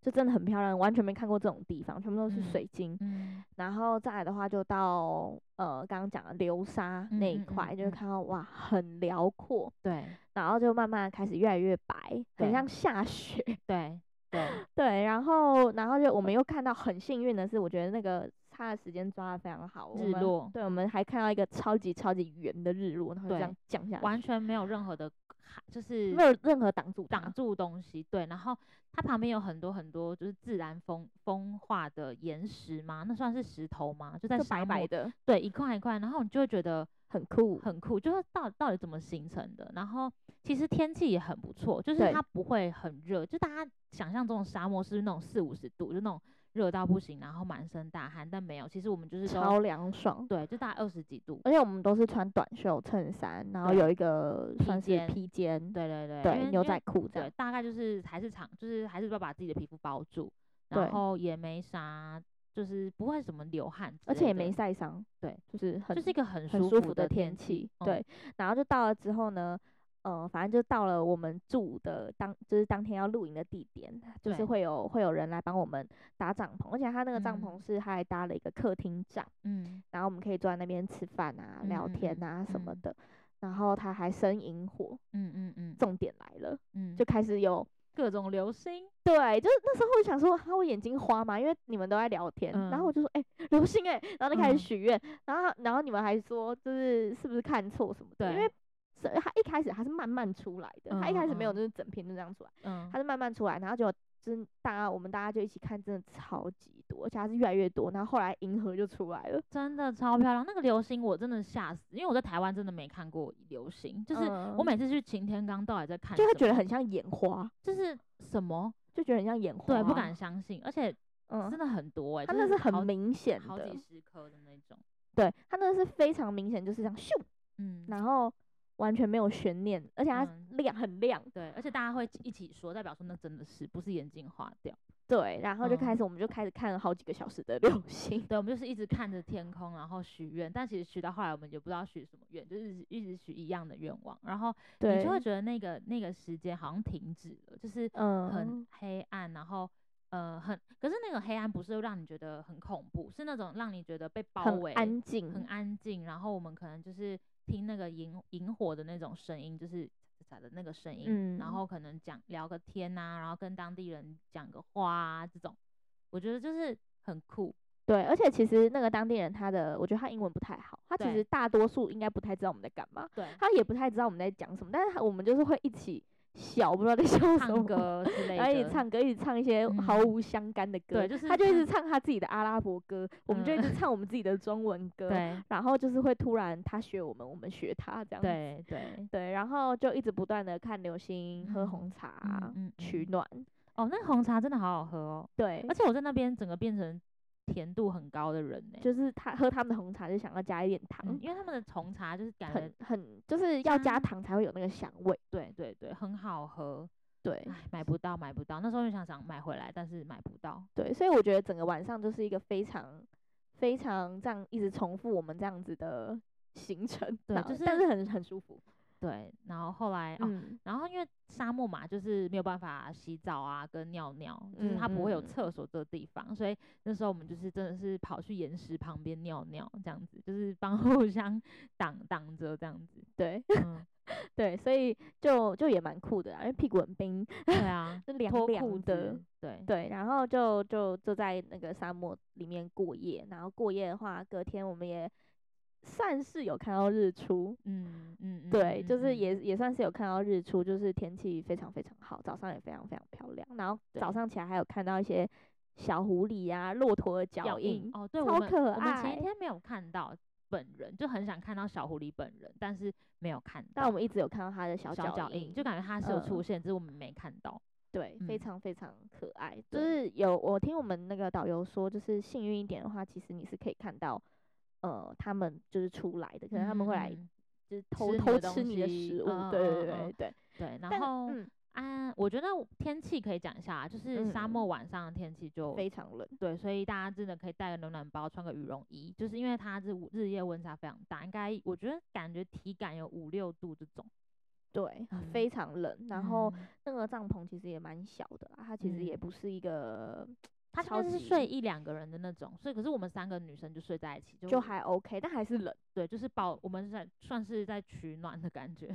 就真的很漂亮，完全没看过这种地方，全部都是
嗯
水晶。
嗯，
然后再来的话，就到呃刚刚讲的流沙
嗯
那一
嗯嗯
块，就会
嗯
看到哇很辽阔，
对
然后就慢慢开始越来越白，很
对
像下雪。
对对，
对，然后然后就我们又看到很幸运的是，我觉得那个它的时间抓的非常好，我
日
们
落
对，我们还看到一个超级超级圆的日落，然后就这
对
样降下
完
去，
全没有任何的卡，就是
没有任何挡住它
挡。住东西，对。然后它旁边有很多很多就是自然风风化的岩石嘛，那算是石头吗？就在
就
沙漠
白白的，
对，一块一块，然后你就会觉得
很酷，
很酷，就是到到底怎么形成的。然后其实天气也很不错，就是
对
它不会很热，就大家想象中的沙漠是那种四五十度，就那种热到不行，然后满身大汗，但没有，其实我们就是
超
都
凉爽。
对，就大概二十几度。
而且我们都是穿短袖衬衫，然后
对啊
有一个
披
算是
肩
披肩，
对对对，因
对，
为
牛
因为
仔裤这
对
样，，
大概就是还是长，就是还是要把自己的皮肤包住，
对
然后也没啥，就是不会什么流汗之类的，
而且也没晒伤，
对，
就是很
就是一个很
很
舒
舒服
的
的天
气嗯
气，，对。然后就到了之后呢，呃，反正就到了我们住的当，就是当天要露营的地点，就是
对
会有会有人来帮我们搭帐篷，而且他那个帐篷
嗯
是他还搭了一个客厅帐，
嗯，
然后我们可以坐在那边吃饭啊、聊
嗯嗯
天
嗯
啊什么
嗯
的。然后他还生萤火，
嗯嗯嗯嗯
重点来了，
嗯，
就开始有。
各种流星，
对，就是那时候我就想说，哈，我眼睛花嘛，因为你们都在聊天，然
嗯
后我就说，哎、 流星哎、然后就开始
嗯
许愿，然后然后你们还说，就是是不是看错什么的，因为
对
是他一开始他是慢慢出来的，他一开始没有
嗯嗯嗯
就是整篇就这样出来，
嗯
他，是慢慢出来，然后就真大家我们大家就一起看，真的超级多，而且它是越来越多，然后后来银河就出来了，
真的超漂亮。那个流星我真的吓死，因为我在台湾真的没看过流星，就是我
嗯
每次去擎天岗到底在看什
就
么，
会觉得很像眼花，
就是什么，
就觉得很像眼花，
对，不敢，相信，而且
嗯
真，的很多哎，
它
就
那是
好
很明显
好
的
几，十颗的那种，
对，它那是非常明显，就是这样咻。
嗯。
然后完全没有悬念，而且它
嗯
亮、很亮，
对，而且大家会一起说，代表说那真的是不是眼睛花掉？
对，然后就开
嗯
始、我们就开始看了好几个小时 的流星，
对，我们就是一直看着天空，然后许愿，但其实许到后来我们也不知道许什么愿，就是一直许一样的愿望，然后
对，
你就会觉得那个那个时间好像停止了，就是
嗯
很黑暗，然后呃很，可是那个黑暗不是让你觉得很恐怖，是那种让你觉得被包
很
围、
安静，
很安静，然后我们可能就是听那个萤萤火的那种声音，就是咋的那个声音，
嗯
然后可能讲聊个天呐、然后跟当地人讲个话啊，这种，我觉得就是很酷，
对，而且其实那个当地人他的，我觉得他英文不太好，他其
对
实大多数应该不太知道我们在干嘛，
对，
他也不太知道我们在讲什么，但是他我们就是会一起笑，我不知道在笑什么
唱，歌之类的，
然后一直唱歌，一直唱一些
嗯
毫无相干的歌，
对就是嗯
他就一
他
直唱他自己的阿拉伯歌，我们就一直唱我们自己的中文歌，，
对
然后就是会突然他学我们，我们学他这样子，
对 对，
对，然后就一直不断的看流星，喝
嗯
红
嗯
茶，
嗯，
取
嗯
暖，
哦，那个红茶真的好好喝哦，
对
而，且我在那边整个变成甜度很高的人呢、
就是他喝他们的红茶就想要加一点糖，
嗯因为他们的红茶就是感觉
很很就是要加
加
糖才会有那个香味，
对对对很好喝，
对
哎，买不到买不到，那时候就想想买回来，但是买不到。
对，所以我觉得整个晚上就是一个非常非常这样一直重复我们这样子的行程，
对
然后
就是
但是很很舒服，
对，然后后来、哦，
嗯，
然后因为沙漠嘛，就是没有办法洗澡啊，跟尿尿，就是它不会有
嗯嗯嗯
厕所的地方，所以那时候我们就是真的是跑去岩石旁边尿尿，这样子，就是帮 互相挡挡着这样子。
对
嗯，
对，所以就就也蛮酷的啦，啊因为屁股很冰，
对 啊，
就凉
脱裤
凉的
子。，对，
对，然后就就就在那个沙漠里面过夜，然后过夜的话，隔天我们也算是有看到日出，
嗯嗯，嗯
对，
嗯
就是
嗯
也也算是有看到日出，就是天气非常非常好，早上也非常非常漂亮。然后
对
早上起来还有看到一些小狐狸呀、骆驼的脚
脚
印
印，哦，对，
超
我们
可
我们前
爱
一天没有看到本人，就很想看到小狐狸本人，但是没有看
但我
到
们一直有看到它的小
小
脚嗯
印，就感觉它是有出现，只是我们没看到。
对，非
嗯
常非常可爱。就
对
是有我听我们那个导游说，就是幸运一点的话，其实你是可以看到。呃，他们就是出来的，可能他们会来
嗯
就是偷
吃你
偷
的
吃
东
你的
西
食物，
嗯
对
嗯
对对
嗯
对对。
对，然
但
后
嗯，
啊，我觉得天气可以讲一下，啊就是沙
嗯
漠晚上的天气就
非常冷，
对，所以大家真的可以带个暖暖包，穿个羽绒衣，就是因为它是日夜温差非常大，应该我觉得感觉体感有五六度这种。
对，
嗯
非常冷。然后
嗯
那个帐篷其实也蛮小的啦，它其实也
嗯
不是一个
它
超
应该是
级
睡一两个人的那种，所以可是我们三个女生就睡在一起，就
就还 OK，但还是冷。
对，就是保我们是在算是在取暖的感觉。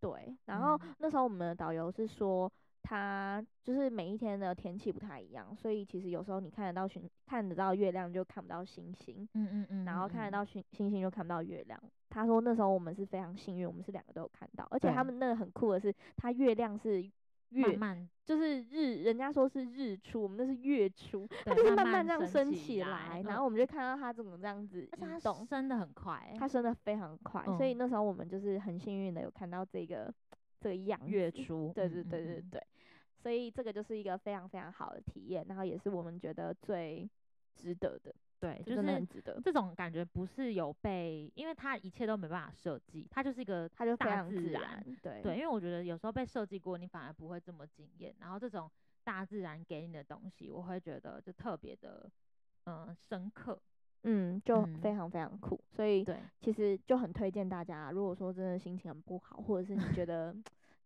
对，然后
嗯
那时候我们的导游是说，他就是每一天的天气不太一样，所以其实有时候你看得到星，看得到月亮就看不到星星，
嗯嗯嗯
然后看得到星星星就看不到月亮。他说那时候我们是非常幸运，我们是两个都有看到，而且他
对
们那个很酷的是，它月亮是月
慢慢
就是日，人家说是日出，我们那是月初，它
对
就是
慢
慢
慢
这样
升
升
起
起
来
来，
嗯
然后我们就看到它怎么这样子
而且它
移动，
升的很快欸，
它升的非常快，所以
嗯
那时候我们就是很幸运的有看到这个这个样子
月，初，
对
嗯
对对对，
嗯嗯
对，所以这个就是一个非常非常好的体验，然后也是我们觉得最值得的，
对，
这
就
真的很
是
值得，
这种感觉不是有被，因为它一切都没办法设计，它就是一个
它就非
大
常
自
自
然，
对
对，因为我觉得有时候被设计过，你反而不会这么惊艳，然后这种大自然给你的东西，我会觉得就特别的。嗯，深刻，
嗯，就
嗯
非常非常酷，所以
对，
其实就很推荐大家，如果说真的心情很不好，或者是你 觉得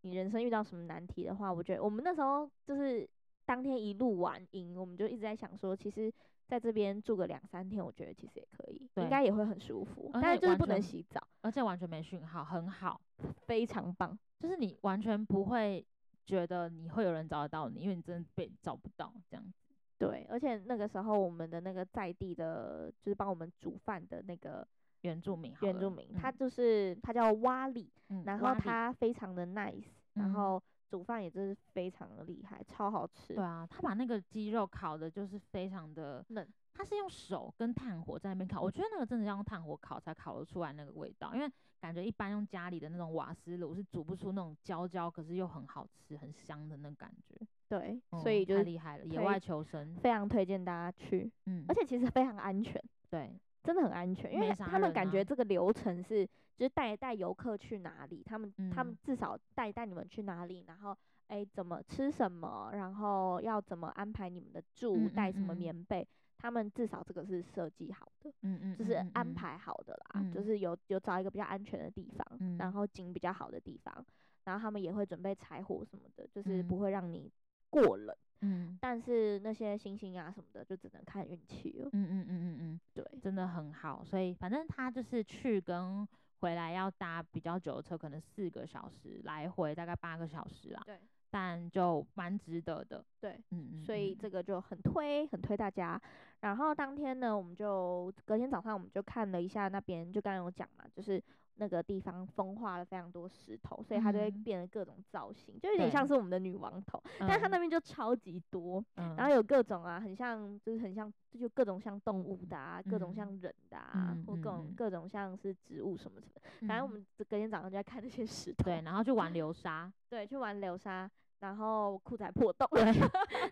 你人生遇到什么难题的话，我觉得我们那时候就是当天一路玩赢，我们就一直在想说，其实在这边住个两三天，我觉得其实也可以，
对
应该也会很舒服，
而且
但是就是
完
不能
全
洗澡，
而且完全没讯号，很好，
非常棒。
就是你完全不会觉得你会有人找得到你，因为你真的被找不到这样子。
对，而且那个时候我们的那个在地的，就是帮我们煮饭的那个
原住民好了，
原住民，他
嗯
就是他叫瓦里，
嗯
然
蛙
后
力
他非常的 nice，然
嗯
后煮饭也真是非常的厉害，超好吃
对。啊，他把那个鸡肉烤的，就是非常的
嫩，
他是用手跟炭火在那边烤，我觉得那个真的要用炭火烤才烤得出来那个味道，因为感觉一般用家里的那种瓦斯炉是煮不出那种焦焦，可是又很好吃、很香的那个感觉。
对，
嗯
所以就
太
是
厉害了，野
推
外求生，
非常推荐大家去，
嗯，
而且其实非常安全，
对
真的很安全，因为
没啥
他们
人
感
啊
觉这个流程是就是带带游客去哪里，他们、他们
嗯
至少带带你们去哪里，然后哎怎么吃什么，然后要怎么安排你们的住，
嗯
带
嗯
什么
嗯
棉被。他们至少这个是设计好的，
嗯嗯，
就是
嗯
安，排好的啦，就
嗯
是有有找一个比较安全的地方，然
嗯
后景比较好的地方，然后他们也会准备柴火什么的，就是
嗯
不会让你过冷。
嗯
但是那些星星啊什么的，就只能看运气了
嗯。嗯嗯嗯嗯嗯。
对，
真的很好，所以反正他就是去跟回来要搭比较久的车，可能四个小时，来回大概八个小时啊。
对，
但就蛮值得的。
对，
嗯嗯。
所以
嗯
这个就很推，很推大家。然后当天呢，我们就隔天早上我们就看了一下那边，就刚刚有讲嘛，就是那个地方风化了非常多石头，所以它就会
嗯
变得各种造型，就有点
对
像是我们的女王头，但它那边就超级多，
嗯，
然后有各种啊，很像就是很像，就就各种像动物的啊，各种
嗯
像人的啊，
嗯
或各种、
嗯嗯
各种像是植物什么什么的。
嗯
反正我们这隔天早上就在看那些石头，
对，然后去玩流沙，
对，去玩流沙，然后裤仔破洞，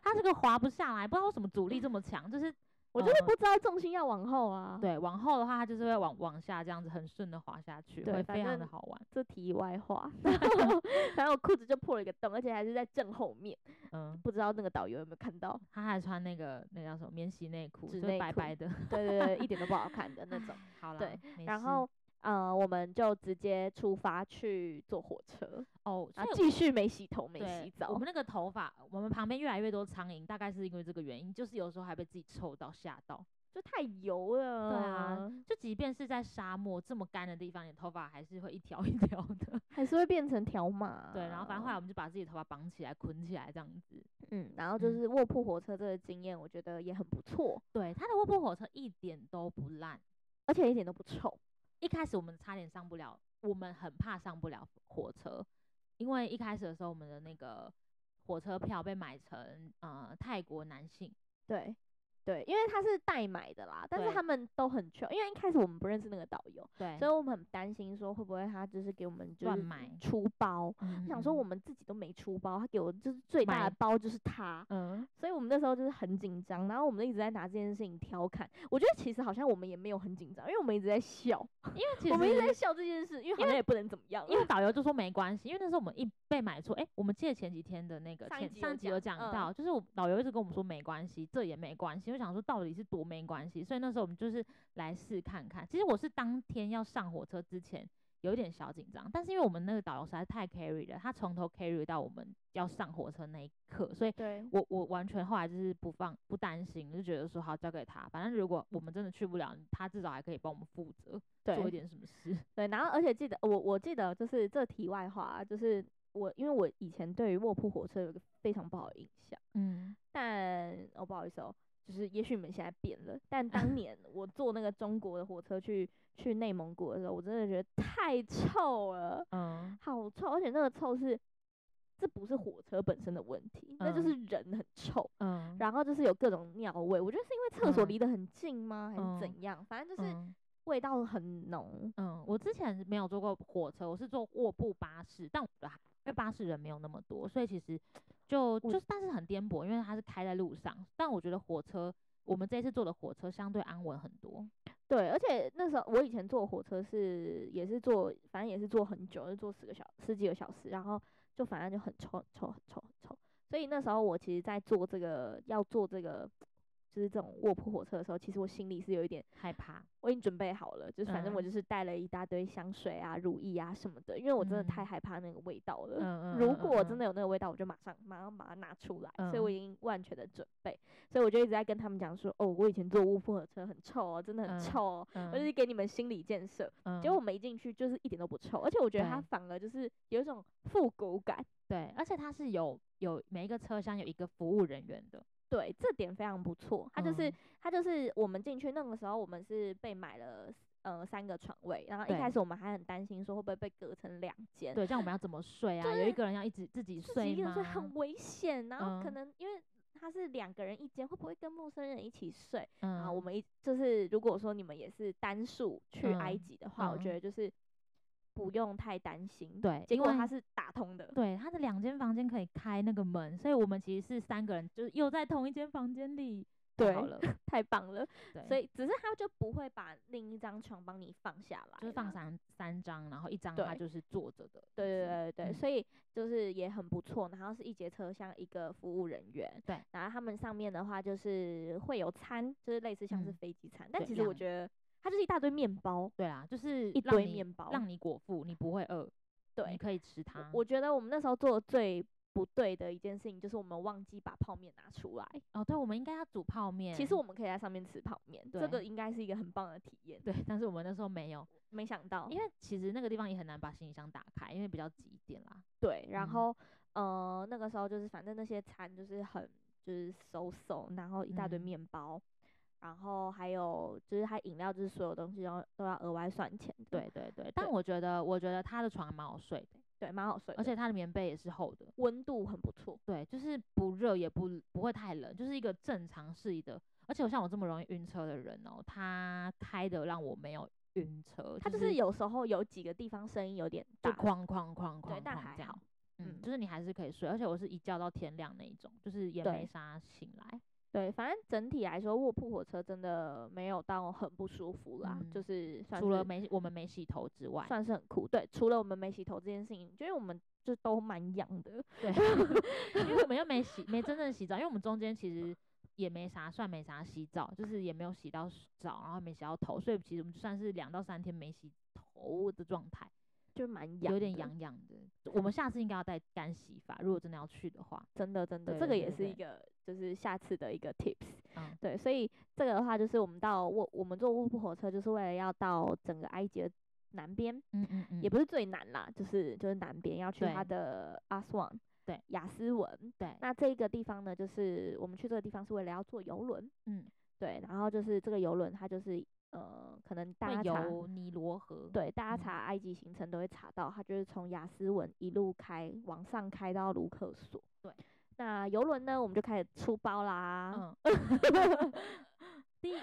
它这个滑不下来，不知道为什么阻力这么强，就是
我就是
嗯
不知道重心要往后啊。，
对往后的话，它就是会往往下这样子很顺的滑下去，
对
会
反
非常的
正
好玩。
这题外话， 然后反正我裤子就破了一个洞，而且还是在正后面，
嗯，
不知道那个导游有没有看到。
他还穿那个那叫什么免洗内裤，
纸
就
内
白
裤
白的
对对对，一点都不好看的那 种。
好啦，
对
没
然
事
后呃，我们就直接出发去坐火车，
哦，所
然后
以
继续没洗头没
对
洗澡。
我们那个头发，我们旁边越来越多苍蝇，大概是因为这个原因，就是有时候还被自己臭到吓到。
就太油了。
对啊，就即便是在沙漠这么干的地方，你的头发还是会一条一条 的。
还是会变成条码。
对，然后反
啊
正后来我们就把自己的头发绑起来、捆起来这样子。
嗯，然后就是卧铺火车这个经验，我觉得也很不错，
对，它的卧铺火车一点都不烂。
而且一点都不臭。
一开始我们差点上不了，我们很怕上不了火车，因为一开始的时候我们的那个火车票被买成呃泰国男性。
对。对，因为它是代买的啦，但是
对
他们都很穷，因为一开始我们不认识那个导游，
对
所以我们很担心说会不会他就是给我们就
乱
是
买
出包。
嗯
我想说我们自己都没出包，他给我就是最大
买
的包就是他，
嗯
所以我们那时候就是很紧张，然后我们一直在拿这件事情调侃。我觉得其实好像我们也没有很紧张，因为我们一直在笑，
嗯因为其实
我们一直在笑这件事，因为好像也不能怎么样，
因为导游就说没关系，因为那时候我们一被买错，哎、我们记得前几天的那个
上一
前
集有
上集有
讲嗯
讲到，就是我导游一直跟我们说没关系，这也没关系，我想说到底是多没关系，所以那时候我们就是来试看看。其实我是当天要上火车之前有点小紧张，但是因为我们那个导游实在太 carry 了，他从头 carry 到我们要上火车那一刻，所以。
对
我我完全后来就是不放不担心，就觉得说好交给他，反正如果我们真的去不了，他至少还可以帮我们负责做一点什么事。
对，然后而且记得我我记得就是这题外话、啊，就是我因为我以前对于卧铺火车有一个非常不好的印象，
嗯，
但哦不好意思哦，就是也许你们现在变了，但 当年我坐那个中国的火车去去内蒙古的时候，我真的觉得太臭了，
嗯，
好臭，而且那个臭是这不是火车本身的问题，那就是人很臭。
嗯，
然后就是有各种尿味，我觉得是因为厕所
嗯
离得很近吗，还是
嗯
怎样？反正就是
嗯
味道很浓。
嗯，我之前没有坐过火车，我是坐卧铺巴士，但我觉得还因为巴士人没有那么多，所以其实就
我
就是但是很颠簸，因为它是开在路上。但我觉得火车，我们这一次坐的火车相对安稳很多。
对，而且那时候我以前坐火车是也是坐，反正也是坐很久，就坐十个小十几个小时，然后就反正就很臭、很臭、很臭、很臭。所以那时候我其实，在坐这个要坐这个就是这种卧铺火车的时候，其实我心里是有一点，
害怕，
我已经准备好了，就是反正我
嗯
就是带了一大堆香水啊、乳液啊什么的，因为我真的太
嗯
害怕那个味道了。
嗯嗯，
呃如果我真
的，
的有那个味道，我就马上马上把它拿出来，所以
嗯
我已经万全的准备，所以我就一直在跟他们讲说，哦，我以前坐卧铺火车很臭哦，真的很
嗯
臭哦，
嗯
我就是给你们心理建设。
嗯
结果我们一进去就是一点都不臭，而且我觉得它
对
反而就是有一种复古感，
对，而且它是有有每一个车厢有一个服务人员的，
对，这点非常不错。它就是、
嗯
它就是我们进去那个时候，我们是被买了。呃，三个床位，然后一
对
开始我们还很担心说会不会被隔成两间，
对，这样我们要怎么睡啊？
就
有
是
一个人要一直自己
自己
睡
一个
吗
人？睡很危险，然后可
嗯
能因为他是两个人一间，会不会跟陌生人一起睡？啊，
嗯，
我们一就是如果说你们也是单数去埃
嗯
及的话，我觉
嗯
得就是不用太担心。，
对，
结
因
果
为
它是打通的，
对，他的两间房间可以开那个门，所以我们其实是三个人，就是又在同一间房间里。太
对
好了，
太棒了。
对，
所以只是他就不会把另一张床帮你放下来啦，
就是放三三张，然后一张他
对
就是坐着的。
对对对对对，
嗯
所以就是也很不错。然后是一节车厢一个服务人员，
对，
然后他们上面的话就是会有餐，就是类似像是
嗯
飞机餐，但
对
其实我
两
觉得它就是一大堆面包。
对啦，就是
一
让
堆
你
面包
让你果腹，你不会饿，
对
你，可以吃
我
它。
我觉得我们那时候做的最不对的一件事情就是我们忘记把泡面拿出来。
哦，对，我们应该要煮泡面。
其实我们可以在上面吃泡面，这
对
个应该是一个很棒的体验。
对，但是我们那时候没有，
没想到，
因为其实那个地方也很难把行李箱打开，因为比较挤一点啦。
对，然
嗯
后、呃，那个时候就是反正那些餐就是很就是 so so，然后一大堆
嗯
面包，然后还有就是它饮料就是所有东西都都要额外算钱的，
对对对，但
对
我觉得，我觉得他的床蛮好睡的，
对，蛮好睡的，
而且他的棉被也是厚的，
温度很不错，
对，就是不热也不不会太冷，就是一个正常适宜的。而且我像我这么容易晕车的人哦，他开的让我没有晕车，
它就是有时候有几个地方声音有点
就
嗯大，
哐哐哐
对
哐
但
哐
还
这样
好，
嗯，
嗯
就是你还是可以睡，而且我是一觉到天亮那一种，就是也没
对
啥醒来。
对，反正整体来说，卧铺火车真的没有到很不舒服啦，
嗯
就是算
除了
是嗯
没我们没洗头之外，
算是很酷。对，除了我们没洗头这件事情，就是我们就都蛮痒的，
对，因为我们又没洗，没真正洗澡，因为我们中间其实也没啥，算没啥洗澡，就是也没有洗到澡，然后没洗到头，所以其实我们就算是两到三天没洗头的状态，
就蛮痒，
有点，痒痒的。我们下次应该要带干洗发，如果真的要去的话，
真的真的，
对
这
对
个也
对
是一个就是下次的一个 tips。
嗯，
对，所以这个的话，就是我们到卧我们坐卧铺火车，就是为了要到整个埃及的南边，
嗯嗯嗯，
也不是最南啦，就是就是南边要去
对
它的阿斯旺，
对，
雅斯文。
对，
那这个地方呢，就是我们去这个地方是为了要坐游轮。
嗯，
对，然后就是这个游轮，它就是呃，可能大
会
家查
有尼罗河，，
对大
嗯
家查埃及行程都会查到，它就是从雅斯文一路开往上开到卢克索。
对，
那游轮呢，我们就开始出包啦。
嗯。 第一，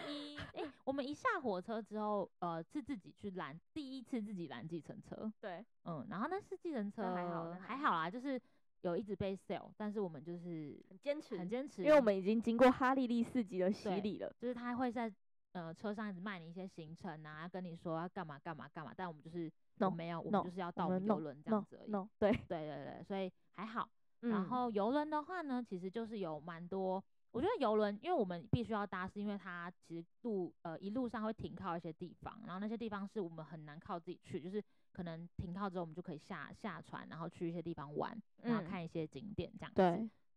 哎、我们一下火车之后，呃，是自己去拦，第一次自己拦计程车，
对，
嗯，然后那是计程车
那还好那还
还好啦，就是有一直被 sell，但是我们就是
很坚持，
很坚持，
因为我们已经经过哈利利四级的洗
对
礼了。
就是他会在呃车上一直卖你一些行程啊，跟你说要干嘛干嘛干嘛，但我们就是
No，
我们没有，我
no，
们就是要到我
我
们
们
游轮这样子而已。
no，对，
对对对，所以还好。
嗯
然后游轮的话呢，其实就是有蛮多，我觉
嗯
得游轮，因为我们必须要搭，是因为它其实路呃一路上会停靠一些地方，然后那些地方是我们很难靠自己去，就是可能停靠之后我们就可以下下船，然后去一些地方玩，然后
嗯
看一些景点这样子。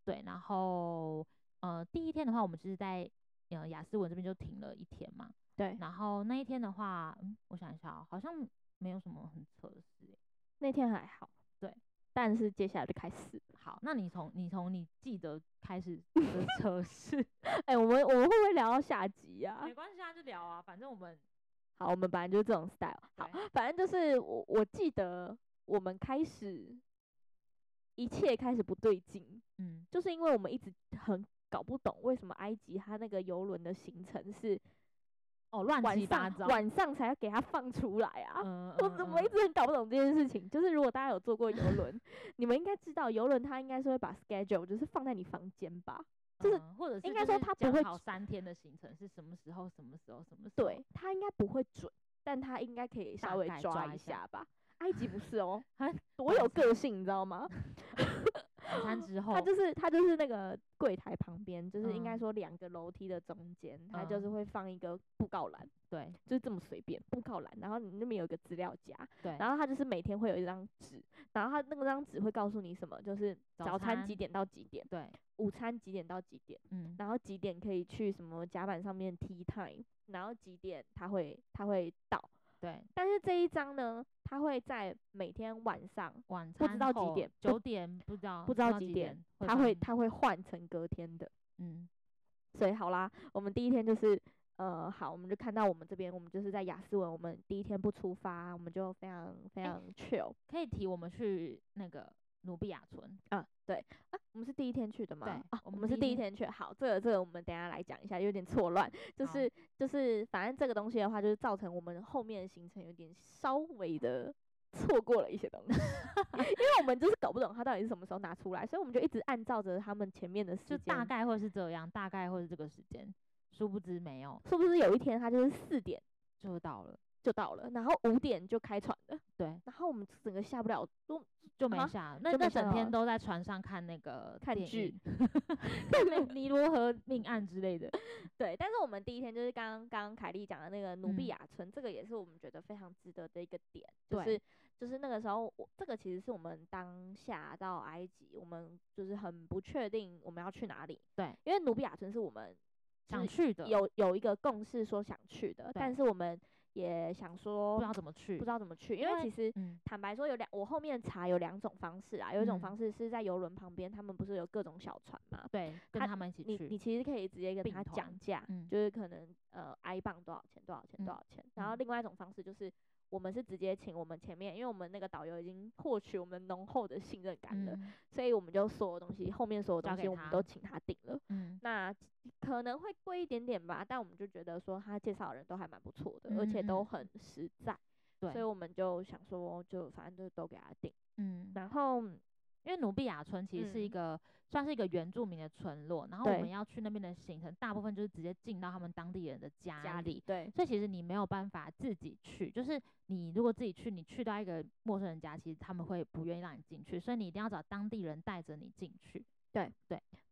对，
对，然后呃第一天的话，我们就是在呃雅思文这边就停了一天嘛，
对，
然后那一天的话，嗯，我想一下、哦，好像没有什么很扯的事欸。
那天还好，
对，
但是接下来就开始了，
好，那你从你从你记得开始的测试，
哎、我们我们会不会聊到下集呀、
没关系啊，就聊啊，反正我 们
好，我们啊本来就是这种 style。好，
对
反正就是我我记得我们开始一切开始不对劲，
嗯，
就是因为我们一直很搞不懂为什么埃及它那个游轮的行程是
哦，乱
晚
七八
上
糟，
晚上才要给它放出来啊。
嗯，
我
嗯
怎么一
嗯
直很搞不懂这件事情？就是如果大家有坐过游轮，你们应该知道游轮它应该是会把 schedule 就是放在你房间吧？就是
嗯或者是
应该
就
说
是
他不
讲
会
好三天的行程是什么时候，什么时候，什么时候，
对，它应该不会准，但它应该可以
大
稍微
概抓
抓
一
一
下啊
下吧。埃及不 是哦
它，
多有个性，你知道吗？
晚餐之后
他，就是他就是那个柜台旁边，就是应该
哦嗯
说两个楼梯的中间，他
嗯
就是会放一个布告栏，
对
就是这么随便布告栏。然后你那边有一个资料夹，
对，
然后他就是每天会有一张纸，然后他那个张纸会告诉你什么，就是
早
早
餐
餐几点到几点，
对，
午餐几点到几点，
嗯，
然后几点可以去什么甲板上面 tea time，然后几点他会他会到。
对，
但是这一张呢，他会在每天晚上，
晚餐
不知道几
后
点不
九点不知道
不知道几点，他会
会放
他会换成隔天的。
嗯
所以好啦，我们第一天就是呃，好，我们就看到我们这边，我们就是在雅思文，我们第一天不出发，我们就非常非
哎
常 chill、
可以提我们去那个努比亚村，
啊，对啊，我们是第一天去的吗？
对
啊，
我
我
们
们是
第一
第一天去。好，这个这个我们等一下来讲一下，有点错乱，就
好
是就是反正这个东西的话，就是造成我们后面的行程有点稍微的。错过了一些东 西，因为我们就是搞不懂它到底是什么时候拿出来，所以我们就一直按照着他们前面的时
就
间，
大概会是这样，大概会是这个时间，殊不知没有
是不是有一天它就是四点
就到了，
就到了，然后五点就开船了，
对，
然后我们整个下不了， 都
就没
啊
下。那
就没
那
下
整天
了
都在船上看那个
看
电
剧
影看那个尼罗河命案之类的，
对。但是我们第一天就是刚刚刚凯莉讲的那个努
嗯
比亚村，这个也是我们觉得非常值得的一个点，就
对
是就是那个时候我这个其实是我们当下到埃及，我们就是很不确定我们要去哪里，
对，
因为努比亚村是我们就
想
是
去的，
有有一个共识说想去的，但是我们也想
不
说
知道怎么去，
不知
道，
道怎么去，因
因
为
为
其实
嗯，
坦白说有两，我后面查有两种方式啊，有一种
嗯
方式是在游轮旁边，他们不是有各种小船嘛，
对，跟
他
他们一起
你你
去，
其实可以直接跟
并
他
团
讲价，
嗯
就是可能呃 i 磅多少钱多少钱
嗯
多少钱。然后
嗯
另外一种方式就是我们是直接请我们前面，因为我们那个导游已经获取我们浓厚的信任感了，
嗯
所以我们就所有东西后面所有
交
东
给
西我们
他
都请他定了。
嗯，
那可能会贵一点点吧，但我们就觉得说他介绍的人都还蛮不错的，而且
嗯嗯
都
嗯
很实在，
对，
所以我们就想说就反正就都给他定，
嗯，
然后。
因为努比亚村其实是一
嗯
个、算是一个原住民的村落，然后我
对
们要去那边的行程，大部分就是直接进到他们当地人的家
家里对，
所以其实你没有办法自己去，就是你如果自己去，你去到一个陌生人家，其实他们会不愿意让你进去，所以你一定要找当地人带着你进去。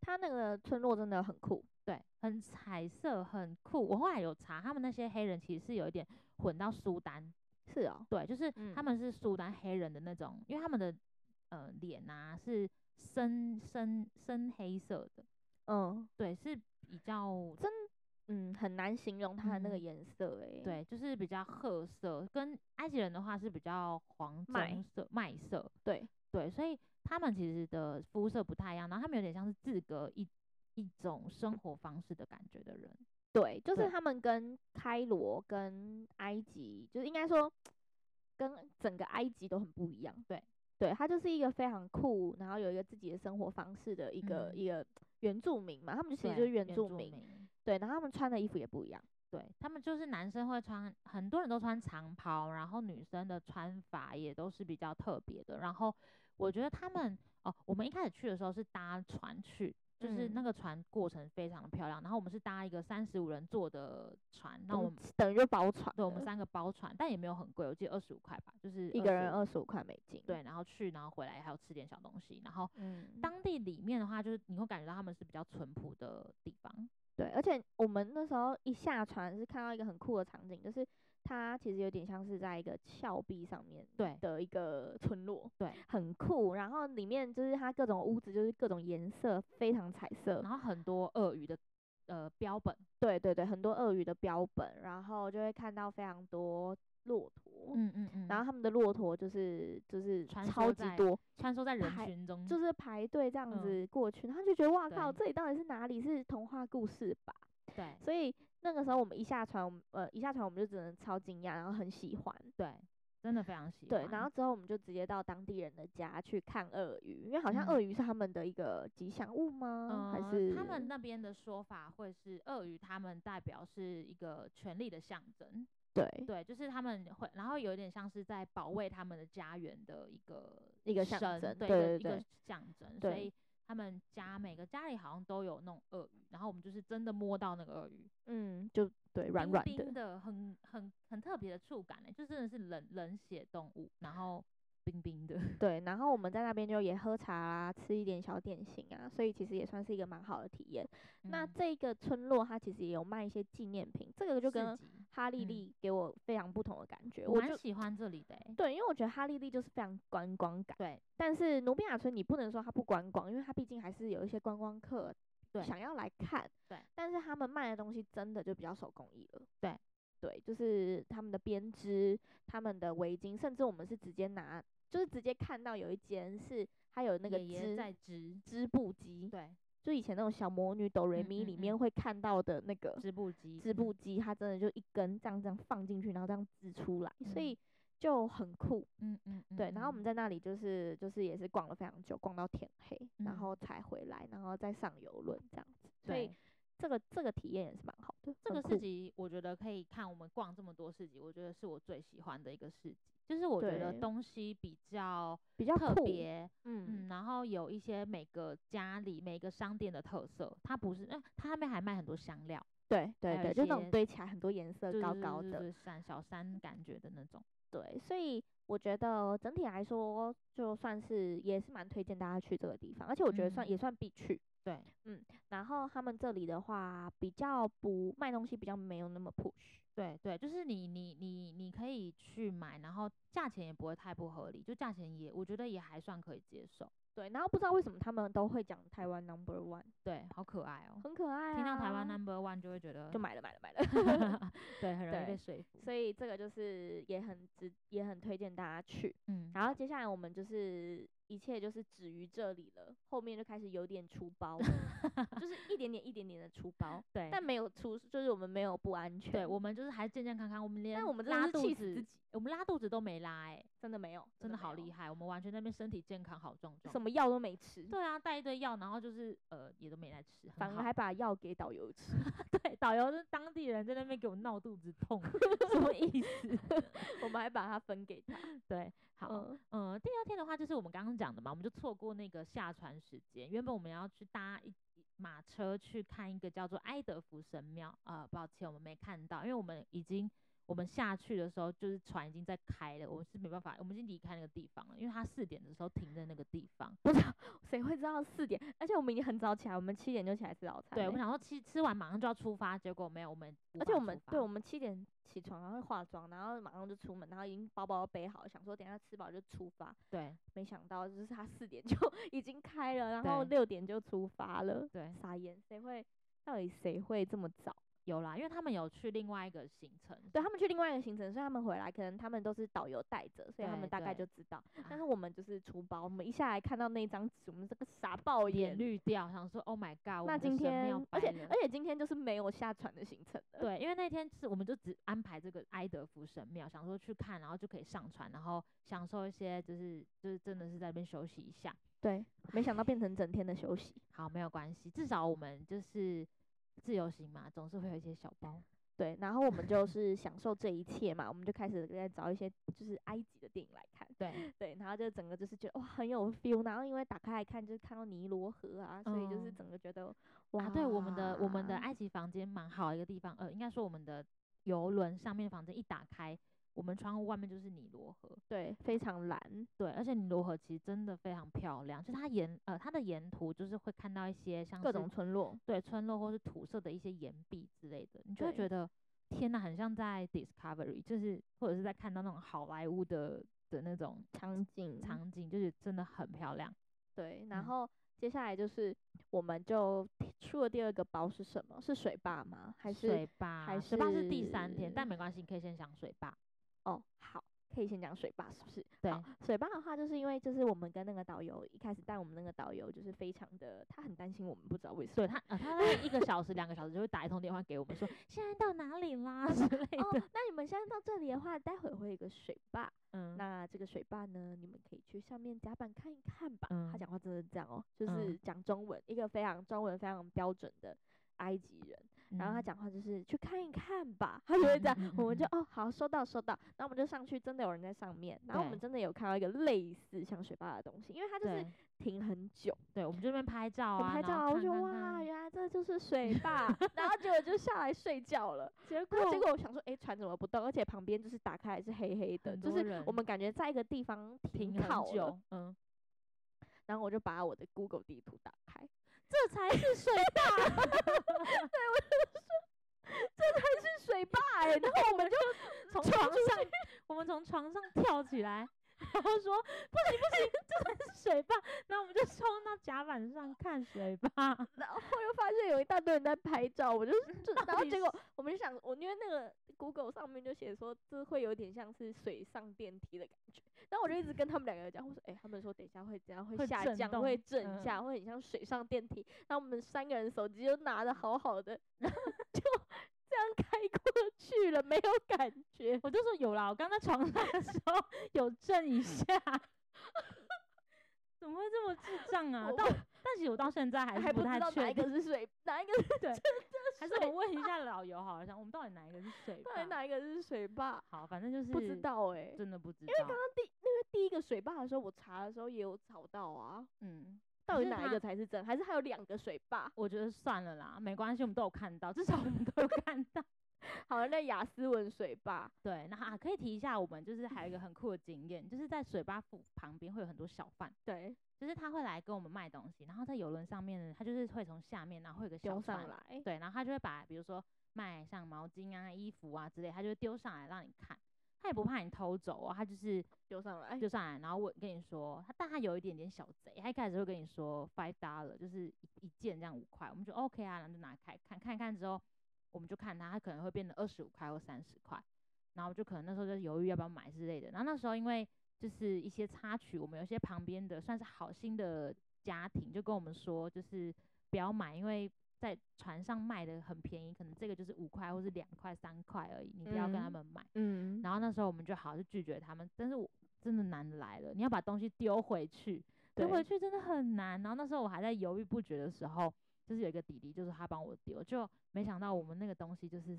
他那个村落真的很酷，
对，很彩色，很酷。我后来有查，他们那些黑人其实是有一点混到苏丹，
是哦，
对，就是
嗯
他们是苏丹黑人的那种，因为他们的呃脸啊是深深深黑色的，
嗯，
对，是比较
嗯，很难形容它的那个
嗯
颜色欸诶、，
对，就是比较褐色，跟埃及人的话是比较黄
麦
棕色、麦色，
对
对，所以他们其实的肤色不太一样，然后他们有点像是自隔一一种生活方式的感觉的人。
对，就是
对
他们跟开罗、跟埃及，就是应该说跟整个埃及都很不一样。
对，
对，它就是一个非常酷，然后有一个自己的生活方式的一个、
嗯
一个原住民嘛，他们其实
对
就是原
原
住
住
民，对，然后他们穿的衣服也不一样，
对他们就是男生会穿，很多人都穿长袍，然后女生的穿法也都是比较特别的。然后我觉得他们哦，我们一开始去的时候是搭船去，就是那
嗯
个船过程非常的漂亮。然后我们是搭一个三十五人坐的船，那
我
我
们
们
等于就包船了，
对我们三个包船，但也没有很贵，我记得二十五块吧，就是
一个人
25
二十五块美金，，
对，然后去，然后回来还有吃点小东西，然后
嗯，
当地里面的话，就是你会感觉到他们是比较淳朴的地方，
对，而且我们那时候一下船是看到一个很酷的场景，就是它其实有点像是在一个峭壁上面
对
的一个村落，
对，
很酷。然后里面就是它各种屋子，就是各种颜色，非常彩色
然。后很多鳄鱼的呃标本，
对对对，很多鳄鱼的标本，然后就会看到非常多骆驼，
嗯嗯嗯，
然后他们的骆驼就是就是
穿
超
梭
级
在
多，
穿梭在人
排
群中，
就是排队这样
嗯
子过去，然后就觉得哇靠，
对
这里到底是哪里？是童话故事吧？
对
所以那个时候我们一下船，我们呃一下船我们就只能超惊讶，然后很喜欢。
对，真的非常喜
对
欢，，
然后之后我们就直接到当地人的家去看鳄鱼，因为好像
嗯
鳄鱼是他们的一个吉祥物
呃
吗？还是
他们那边的说法会是鳄鱼，他们代表是一个权力的象征，
对
对，就是他们会，然后有点像是在保卫他们的家园的一个
一个象
神
征
对
对
一
对
个一
对
个象征，所
对
以他们家每个家里好像都有那种鳄鱼，然后我们就是真的摸到那个鳄鱼，
嗯，就对软软
冰冰
的，
的，很很很特别的触感呢、欸就真的是冷冷血动物，然后冰冰的，
对。然后我们在那边就也喝茶啊，吃一点小点心啊，所以其实也算是一个蛮好的体验。那
嗯
这个村落它其实也有卖一些纪念品，这个就
市
跟
集
哈利
嗯
利给我非常不同的感觉。
我
我
蛮
就
喜欢这里的、欸，
对，因为我觉得哈利利就是非常观光感。
对
但是努比亚村你不能说它不观光，因为它毕竟还是有一些观光客
对
想要来看。
对，
但是他们卖的东西真的就比较手工艺了。
对，
对，就是他们的编织、他们的围巾，甚至我们是直接拿，就是直接看到有一间是它有那个
爷爷在
织
织，
织布机，
对，
就以前那种小魔女哆瑞
嗯
咪
嗯
里
嗯
面会看到的那个
织布机，
织布
机，
机，它真的就一根这样这样放进去，然后这样织出来，所
嗯
以就很酷。
嗯嗯嗯，
对，然后我们
再
在那里就是就是也是逛了非常久，逛到天黑，然
嗯
后才回来，然后再上游轮这样子。所以
对
这个这个体验也是蛮好的，
这
很
个市
酷
集，我觉得可以看我们逛这么多市集，我觉得是我最喜欢的一个市集，就是我觉得
对
东西比较
比较
特
酷，
别，
嗯，
嗯，然后有一些每个家里每个商店的特色，它不是，嗯，它那边还卖很多香料，
对
还
对
有
对，
一
就那种
些
堆起来很多颜色
对
呃高
对
高
对
的，
对山小山感觉的那种。
对，所以我觉得整体来说就算是也是蛮推荐大家去这个地方，而且我觉得算、也
嗯
算必去。嗯
对，
然后他们这里的话，比较不卖东西，比较没有那么 push。
对对，就是你你你你可以去买，然后价钱也不会太不合理，就价钱也我觉得也还算可以接受。
对，然后不知道为什么他们都会讲台湾 number one，
对，好可爱哦、
很可爱、啊。
听到台湾 number one 就会觉得
就买了买了买了，
对，很容易
对
被说服。
所以这个就是也很值，也很推荐大家去。
嗯，
然后接下来我们就是一切就是止于这里了，后面就开始有点出包，就是一点点一点点的出包，
对，
但没有出，就是我们没有不安全，
对我们就是还健健康康，我们连
但我们真的
拉
是
肚
气死自
子，
己，
我们拉肚子都没拉、欸，
真的没有，
真的好厉
害，
害，我们完全那边身体健康好壮壮。
什么药都没吃，
对啊，带一堆药，然后就是呃也都没来吃，很
反而
好
还把药给导游吃，
对导游是当地人在那边给我闹肚子痛，什么意思？
我们还把它分给他。
对，好，
嗯
呃，第二天的话，就是我们刚刚讲的嘛，我们就错过那个下船时间。原本我们要去搭一一马车去看一个叫做埃德福神庙，呃，抱歉，我们没看到，因为我们已经我们下去的时候，就是船已经在开了，我们是没办法，我们已经离开那个地方了，因为它四点的时候停在那个地方。
谁会知道四点？而且我们已经很早起来，我们七点就起来吃早餐嘞。
对，我们想说吃吃完马上就要出发，结果没有，我们无
而且
法
我
出
们
发
对我们七点起床，然后化妆，然后马上就出门，然后已经包包背好，想说等一下吃饱就出发。
对
没想到就是他四点就 已经开了，然
对
后六点就出发了，
对
傻眼，谁会？到底谁会这么早？
有啦，因为他们有去另外一个行程，
对他们去另外一个行程，所以他们回来可能他们都是导游带着，所以他
对
们大概
对
就知道。
啊
但是我们就是出包，我们一下来看到那张纸，我们这个傻爆
脸
眼。
绿掉，想说 Oh my God，我
那
们的神
今天
庙，
而且
掰了
而且今天就是没有下船的行程的。
对，因为那天是我们就只安排这个埃德福神庙，想说去看，然后就可以上船，然后享受一些就是就是真的是在那边休息一下。
对，没想到变成整天的休息。
好，没有关系，至少我们就是自由行嘛，总是会有一些小包。
对，然后我们就是享受这一切嘛，我们就开始在找一些就是埃及的电影来看。
对，
对，然后就整个就是觉得哇很有 feel，然后因为打开来看就是看到尼罗河啊，所以就是
嗯
整个觉得哇，
哇，啊对，我们的我们的埃及房间蛮好的一个地方，呃，应该说我们的游轮上面的房间一打开，我们窗户外面就是尼罗河。
对非常蓝，
对，而且尼罗河其实真的非常漂亮，就它沿呃它的沿途就是会看到一些像
各
是
种村落。
对村落或是土色的一些岩壁之类的，你就会
对
觉得天呐，很像在 Discovery，就是或者是在看到那种好莱坞的的那种
场景，
场景，就是真的很漂亮。
嗯对，
嗯
然后接下来就是我们就出了第二个包是什么？是水坝吗？还是
水坝？
还
水坝是第三天，
是
但没关系，你可以先想水坝。
哦好，可以先讲水坝是不是？
对
好水坝的话，就是因为就是我们跟那个导游一开始带我们那个导游就是非常的，他很担心我们不知道为 什么
对他，呃，他大概一个小时、两个小时就会打一通电话给我们说，现在到哪里啦 之类
哦
的。，
那你们现在到这里的话，待会会有一个水坝，
嗯，
那这个水坝呢，你们可以去上面甲板看一看吧。
嗯
他讲话真的是这样哦，就是讲中文，一个非常中文非常标准的埃及人，然后他
嗯
讲话就是去看一看吧，他就会这样，
嗯嗯嗯
我们就
嗯
哦好收到收到，然后我们就上去，真的有人在上面，然后我们
对
真的有看到一个类似像水坝的东西，因为它就是
对
停很久，
对，我们这边拍照
我
啊，
们拍照
然
啊，
后
我觉得
看看
哇，
看，
原来这就是水坝， 然后结果就下来睡觉了。
结
然后结
果
果我想说，诶，船怎么不动？而且旁边就是打开来是黑黑的，
很
就
多
是
人
我们感觉在一个地方停
停
靠
很
了。
久，嗯，
然后我就把我的 Google 地图打开，
这才是 水
是水坝诶，然后我们就
从
冲
床
出去
上，我们从床上跳起来，然后说不行不行，这才是水坝。然后我们就冲到甲板上看水坝，
然后又发现有一大堆人在拍照，我就就然后
嗯底
结果我们就想，我因为那个 Google 上面就写说这会有点像是水上电梯的感觉，然后我就一直跟他们两个人讲，我说诶，哎他们说等一下会怎样，会
会
下
震
降，
动
会震
嗯
一下，会很像水上电梯。然后我们三个人手机就拿的好好的，然后就这样开过去了，没有感觉。
我就说有啦，我刚在床上的时候有震一下。怎么会这么智障 啊？
我
到但其实我到现在还
还
是
不知
太
道哪
确
一个
定，
是水，哪一个是
还是我们问一下老友好了，想我们到底哪一个是水
到底
坝？
哪一个是水坝？
好，反正就是
不知，道哎诶。
真的不知道。
第一个水坝的时候，我查的时候也有找到啊。
嗯，
到
可
底
是
哪一
它
个才是真？还是还有两个水坝？
我觉得算了啦，没关系，我们都有看到，至少我们都有看到。
好了，那雅斯文水坝，
对，然后啊，可以提一下我们就是还有
嗯
一个很酷的经验，就是在水坝附旁边会有很多小贩，
对，
就是他会来跟我们卖东西，然后在游轮上面呢，他就是会从下面，然后会有个小
丢
贩
上，来，
对，然后他就会把比如说卖像毛巾啊、衣服啊之类，他就会丢上来让你看，他也不怕你偷走哦，他就是
丢上来，
丢上来，然后我跟你说，他但他有一点点小贼，他一开始会跟你说 five dollar，就是一一件这样五块，我们就 OK 啊，然后就拿开看看一看之后，我们就看他，他可能会变成二十五块或三十块，然后就可能那时候就犹豫要不要买之类的。然后那时候因为就是一些插曲，我们有些旁边的算是好心的家庭就跟我们说，就是不要买，因为在船上卖的很便宜，可能这个就是五块或是两块三块而已，你不要跟他
嗯
们买。
嗯，
然后那时候我们就好就拒绝他们，但是我真的难来了，你要把东西丢回去，丢
对
回去真的很难。然后那时候我还在犹豫不决的时候，就是有一个弟弟，就是他帮我丢，就没想到我们那个东西就是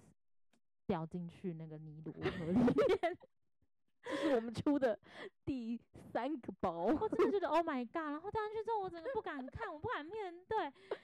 掉进去那个泥 炉河里
这是我们 出的第三个包，
我真的觉得 Oh my God！然后掉进去之后，我整个不敢看，我不敢面对，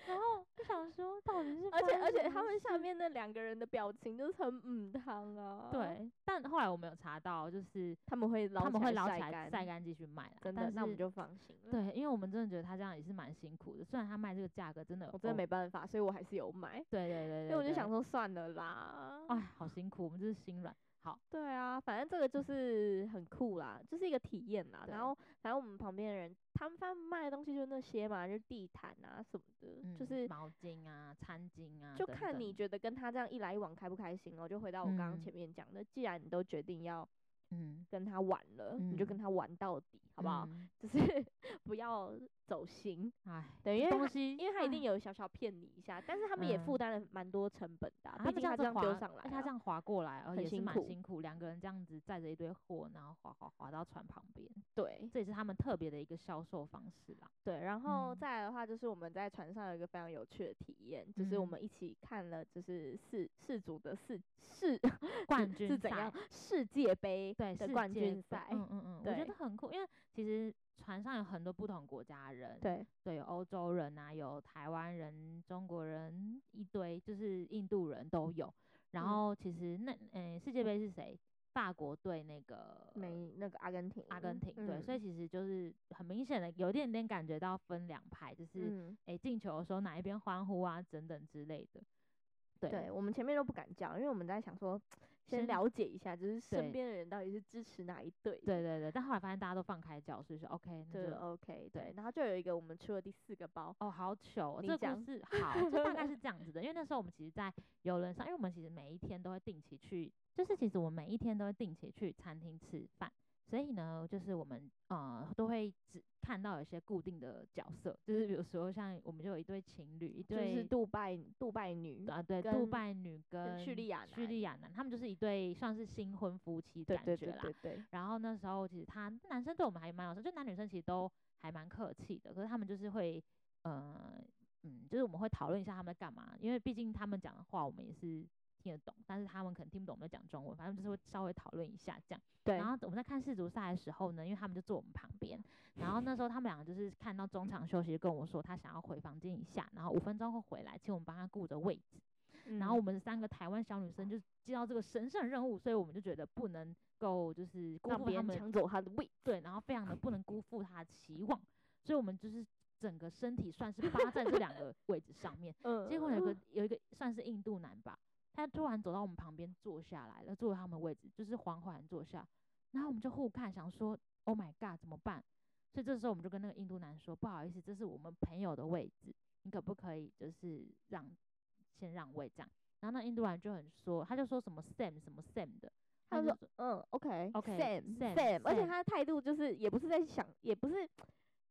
然后就想说到底是
而且
发生
而且
什么
他们
事
下面那两个人的表情就是很嗯汤啊，，
对，但后来我没有查到，就是
他们会捞
他们会捞起来
干，
晒干继续卖啦，
真的
但，
那我们
是
就放心了。，
对，因为我们真的觉得他这样也是蛮辛苦的，虽然他卖这个价格真的，哦
我真的没办法，所以我还是有买，
对，对对对
因为我就想
说，
说算了啦，
哎，好辛苦，我们就是心软。好，
对啊，反正这个就是很酷啦，就是一个体验啦。
嗯对
然后，反正我们旁边的人，他们贩卖的东西就那些嘛，就地毯啊什么的，
嗯
就是
毛巾啊、餐巾啊，
就
等
看你
等，
觉得跟他这样一来一往开不开心哦。就回到我刚刚前面讲的，既然你都决定要
嗯，
跟他玩了，你就
嗯
跟他玩到底，好不好？
嗯？
就是 不要走心，
哎，
对，因为
这东
他
西，哎
因为他一定有小小骗你一下，但是他们也负担了蛮多成本的啊、
嗯啊
毕
们
竟他这样
子
丢
划
上来、啊
而且他这样划过来，呃，
很
也是
辛
蛮
苦
辛苦。两个人这样子载着一堆货，然后划划划到船旁边，
对
这也是他们特别的一个销售方式 啦。
对，然后
嗯
再来的话，就是我们在船上有一个非常有趣的体验，就是我
嗯
们一起看了就是世世足的世世
冠军
是怎
赛
样世界杯
对
的
世
冠
界
军
杯
赛，
嗯嗯嗯，我觉
对
得很酷，因为其实船上有很多不同国家的人，
对
对，有欧洲人啊，有台湾人、中国人，一堆就是印度人都有。然
嗯
后其实那嗯、世界杯是谁？法国对那个
美那个阿根廷，
阿根廷，对，
嗯
所以其实就是很明显的，有一点点感觉到分两派，就是
嗯，
诶进、球的时候哪一边欢呼啊，等等之类的。对，
对我们前面都不敢讲，因为我们在想说先
先
了解一下，就是身
对
边的人到底是支持哪一队，
对对对但后来发现大家都放开脚，所以说 OK，那
对哦
就
，OK，对
对，
然后就有一个我们出了第四个包，
哦，好糗、哦！
你
这个
讲
故事好，就大 概是这样子的。因为那时候我们其实，在游轮上，因为我们其实每一天都会定期去，就是其实我们每一天都会定期去餐厅吃饭，所以呢，就是我们呃都会只看到有一些固定的角色，就是比如说像我们就有一对情侣，一
就
对
是杜拜杜拜女，
啊对，杜
跟
拜女跟
叙利亚
叙利亚男，他们就是一对算是新婚夫妻的
对
感
对
觉
对
啦。
对对，
然后那时候其实他男生对我们还蛮友善，就男女生其实都还蛮客气的，可是他们就是会，呃，嗯，就是我们会讨论一下他们在干嘛，因为毕竟他们讲的话我们也是听得懂，但是他们可能听不懂我们在讲中文，反正就是会稍微讨论一下这样。
对
然后我们在看世足赛的时候呢，因为他们就坐我们旁边，然后那时候他们两个就是看到中场休息，就跟我说他想要回房间一下，然后五分钟后回来，请我们帮他顾着位置。
嗯
然后我们三个台湾小女生就接到这个神圣任务，所以我们就觉得不能够就是辜
让
负
别
他
人
们
抢走他的位，
对，然后非常
嗯
的不能辜负他的期望，所以我们就是整个身体算是扒在这两个位置上面。
嗯
结果有 个有一个算是印度男吧，他突然走到我们旁边坐下来了，坐在他们位置，就是缓缓坐下，然后我们就互看，想说 Oh my God，怎么办？所以这时候我们就跟那个印度男说，不好意思，这是我们朋友的位置，你可不可以就是让先让位这样？然后那印度男就很说，他就说什么 Sam 什么 Sam 的，
他
就
说嗯，OK
OK，
Sam
Sam，
Sam，而且
Sam
他的态度就是也不是在想，也不是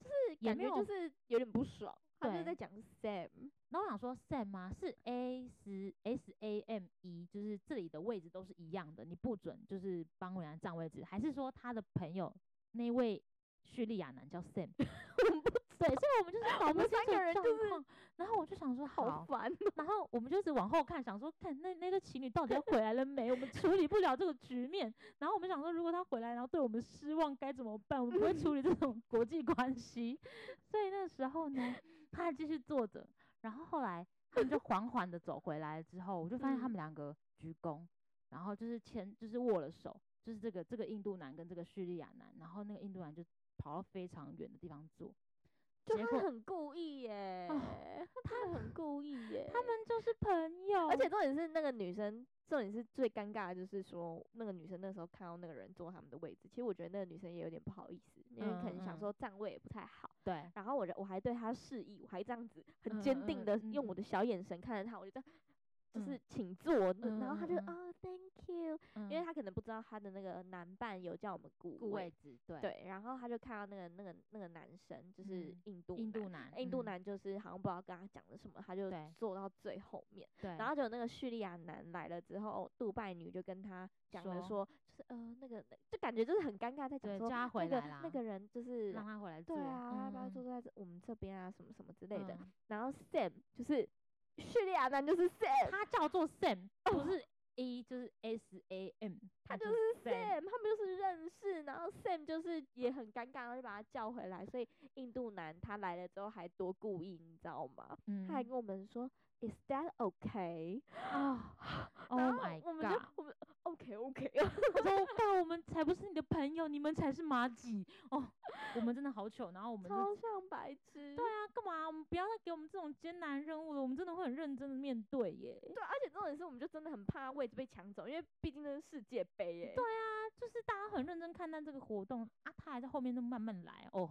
就是
也
感
没
觉就
有
是有点不爽，他就
对
是在讲 Sam，
然后我想说 Sam 吗？是 A 十 S A M E，就是这里的位置都是一样的，你不准就是帮人家占位置，还是说他的朋友那位叙利亚男叫 Sam？对，所以我们就是搞
我
不
们
清
三
楚
个人
状
就是
况。然后我就想说
好
好，
烦，
然后我们就一直往后看，想说看那那对情侣到底要回来了没？我们处理不了这个局面。然后我们想说，如果他回来，然后对我们失望，该怎么办？我们不会处理这种国际关系。所以那时候呢，他还继续坐着。然后后来他们就缓缓的走回来之后，我就发现他
嗯
们两个鞠躬，然后就是牵，就是握了手，就是这个这个印度男跟这个叙利亚男，然后那个印度男就跑到非常远的地方坐，
就
结
他
果
很故意耶，他很故意耶，
哦他们就是朋友，
而且重点是那个女生，重点是最尴尬的就是说，那个女生那时候看到那个人坐他们的位置，其实我觉得那个女生也有点不好意思，因为可能
嗯
想说站位也不太好。
对，
然后我就我还对她示意，我还这样子
嗯
很
嗯
坚定的
嗯嗯
用我的小眼神看着她，我就这样。就是
嗯
请坐，
嗯
然后她就
嗯
哦，Thank you，
因
因为她可能不知道她的那个男伴有叫我们顾
顾位置，对，
对，然后她就看到那个那个那个男生就是
嗯
印度
印度
男
男，
印度
嗯
男就是好像不知道跟他讲了什么，他就
对
坐到最后面。
对，
然后就那个叙利亚男来了之后，杜拜女就跟他讲了
说
说，就是呃那个就感觉就是很尴尬，在讲
对
说
叫他回
那
来啦
个那个人就是
让他回来坐，
对啊，要不要
嗯
坐在这我们这边啊，什么什么之类的。
嗯
然后 Sam 就是叙利亚男，就是 Sam，
他叫做 Sam，不是 A 就是 S A M，
哦 他就是是 Sam，他们就是认识，然后 Sam 就是也很尴尬，然后就把他叫回来。所以印度男他来了之后还多故意，你知道吗？
嗯
他还跟我们说，Is that okay？
啊，Oh
然后
my
我们就
god！
我们 OK OK，
怎么办？我们才不是你的朋友，你们才是麻吉哦。我们真的好糗，然后我们就
超像白痴。
对啊，干嘛？我们不要再给我们这种艰难任务了，我们真的会很认真的面对耶。
对，啊而且重点是，我们就真的很怕位置被抢走，因为毕竟那是世界杯耶。对，
啊，就是大家很认真看待这个活动啊，他还在后面那么慢慢来 哦，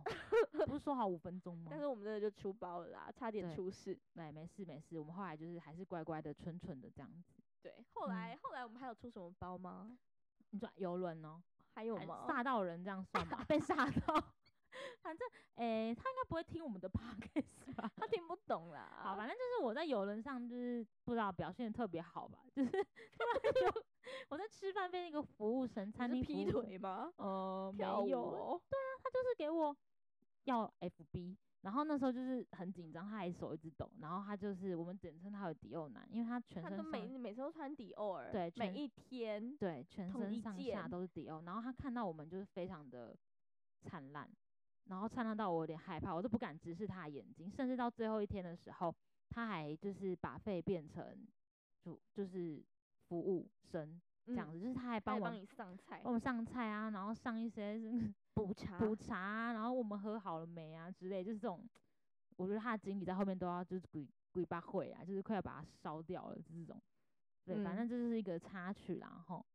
不是说好五分钟吗
但？是我们真的就出包了啦，差点
对
出事。
对，哎没事没事，我们后来就是还是乖乖的、蠢蠢的这样子。
对，后来、后来我们还有出什么包吗？
你说游轮哦，
还有
还
吗？
吓到人这样算 吧，被吓到。 反正诶、他应该不会听我们的 podcast 吧？
他听不懂啦。
好，，反正就是我在游轮上，就是不知道表现的特别好吧，就是 突然有我在吃饭被那个服务生餐
你
厅
是劈
服务
腿吗？
呃没
跳舞
有，
哦。
他就是给我要 FB，然后那时候就是很紧张，他还手一直抖，然后他就是我们简称他为迪欧男，因为他全
他
身
都
上
每每次都穿迪奥尔，
对
每
全
一天。
对全
同
身
一
上下
件
都是迪欧，然后他看到我们就是非常的灿烂，然后灿烂到我有点害怕，我都不敢直视他的眼睛，甚至到最后一天的时候，他还就是把肺变成就就是服务生这样
嗯，
子，就是他还
他
帮
也
我
帮
们
你上菜
帮我们上菜啊，然后上一些
补茶
补茶啊，然后我们喝好了没啊之类，就是这种，我觉得他的经理在后面都要就是鬼鬼巴会啊，就是快要把它烧掉了，就是这种。对，反
嗯
正这就是一个插曲啦，吼，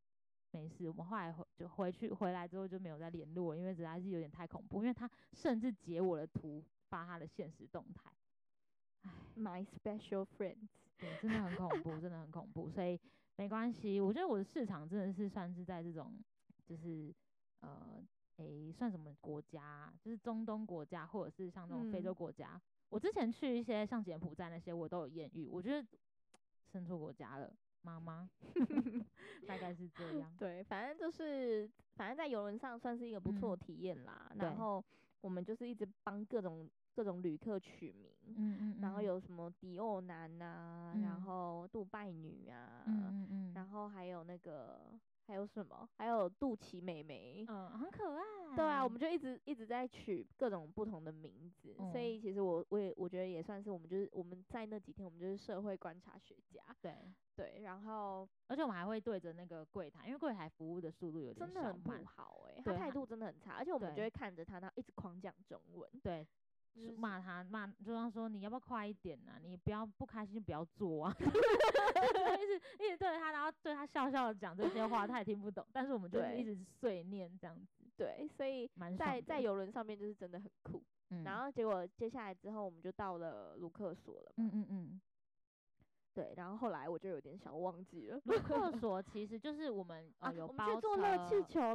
没事。我们后来回就回去回来之后就没有再联络，因为实在是有点太恐怖，因为他甚至截我的图发他的现实动态，唉，
My special friends，
对，真的很恐怖，真的很恐怖。所以没关系，我觉得我的市场真的是算是在这种，就是呃，诶、算什么国家啊、就是中东国家，或者是像那种非洲
嗯
国家。我之前去一些像柬埔寨那些，我都有艳遇，我觉得生错国家了，妈妈， 大概是这 样。
对，反正就是，反正在游轮上算是一个不错的体验啦。
嗯对
然后我们就是一直帮各种各种旅客取名，
嗯嗯，
然后
嗯
有什么迪奥男呐、
嗯
然后杜拜女啊，
嗯嗯嗯，后
然后还有那个还有什么，还有肚脐妹妹。
嗯很可爱，
对啊，我们就一直一直在取各种不同的名字，所
嗯
以其实我我也我觉得也算是我们就是我们在那几天我们就是社会观察学家，
对。
对，然后
而且我们还会对着那个柜台，因为柜台服务的速度有点
真的
小
很不
慢
好哎、
对
他态
他
度真的很差，而且我们就
对
会看着他，然后一直狂讲中文，
对，
就
就是
是
骂他骂，就像说你要不要快一点呐、你不要不开心就不要做啊， 一直一直对着他，然后对他笑笑的讲这些话，他也听不懂，但是我们就是
对
一直碎念这样子，
对，所以
蛮爽
在
的
在，游轮上面就是真的很酷。
嗯
然后结果接下来之后，我们就到了卢克索了嘛，
嗯嗯嗯，
对，然后后来我就有点小忘记了。
卢克索其实就是我们呃、
啊，
有
我们
包
去坐热
车
气球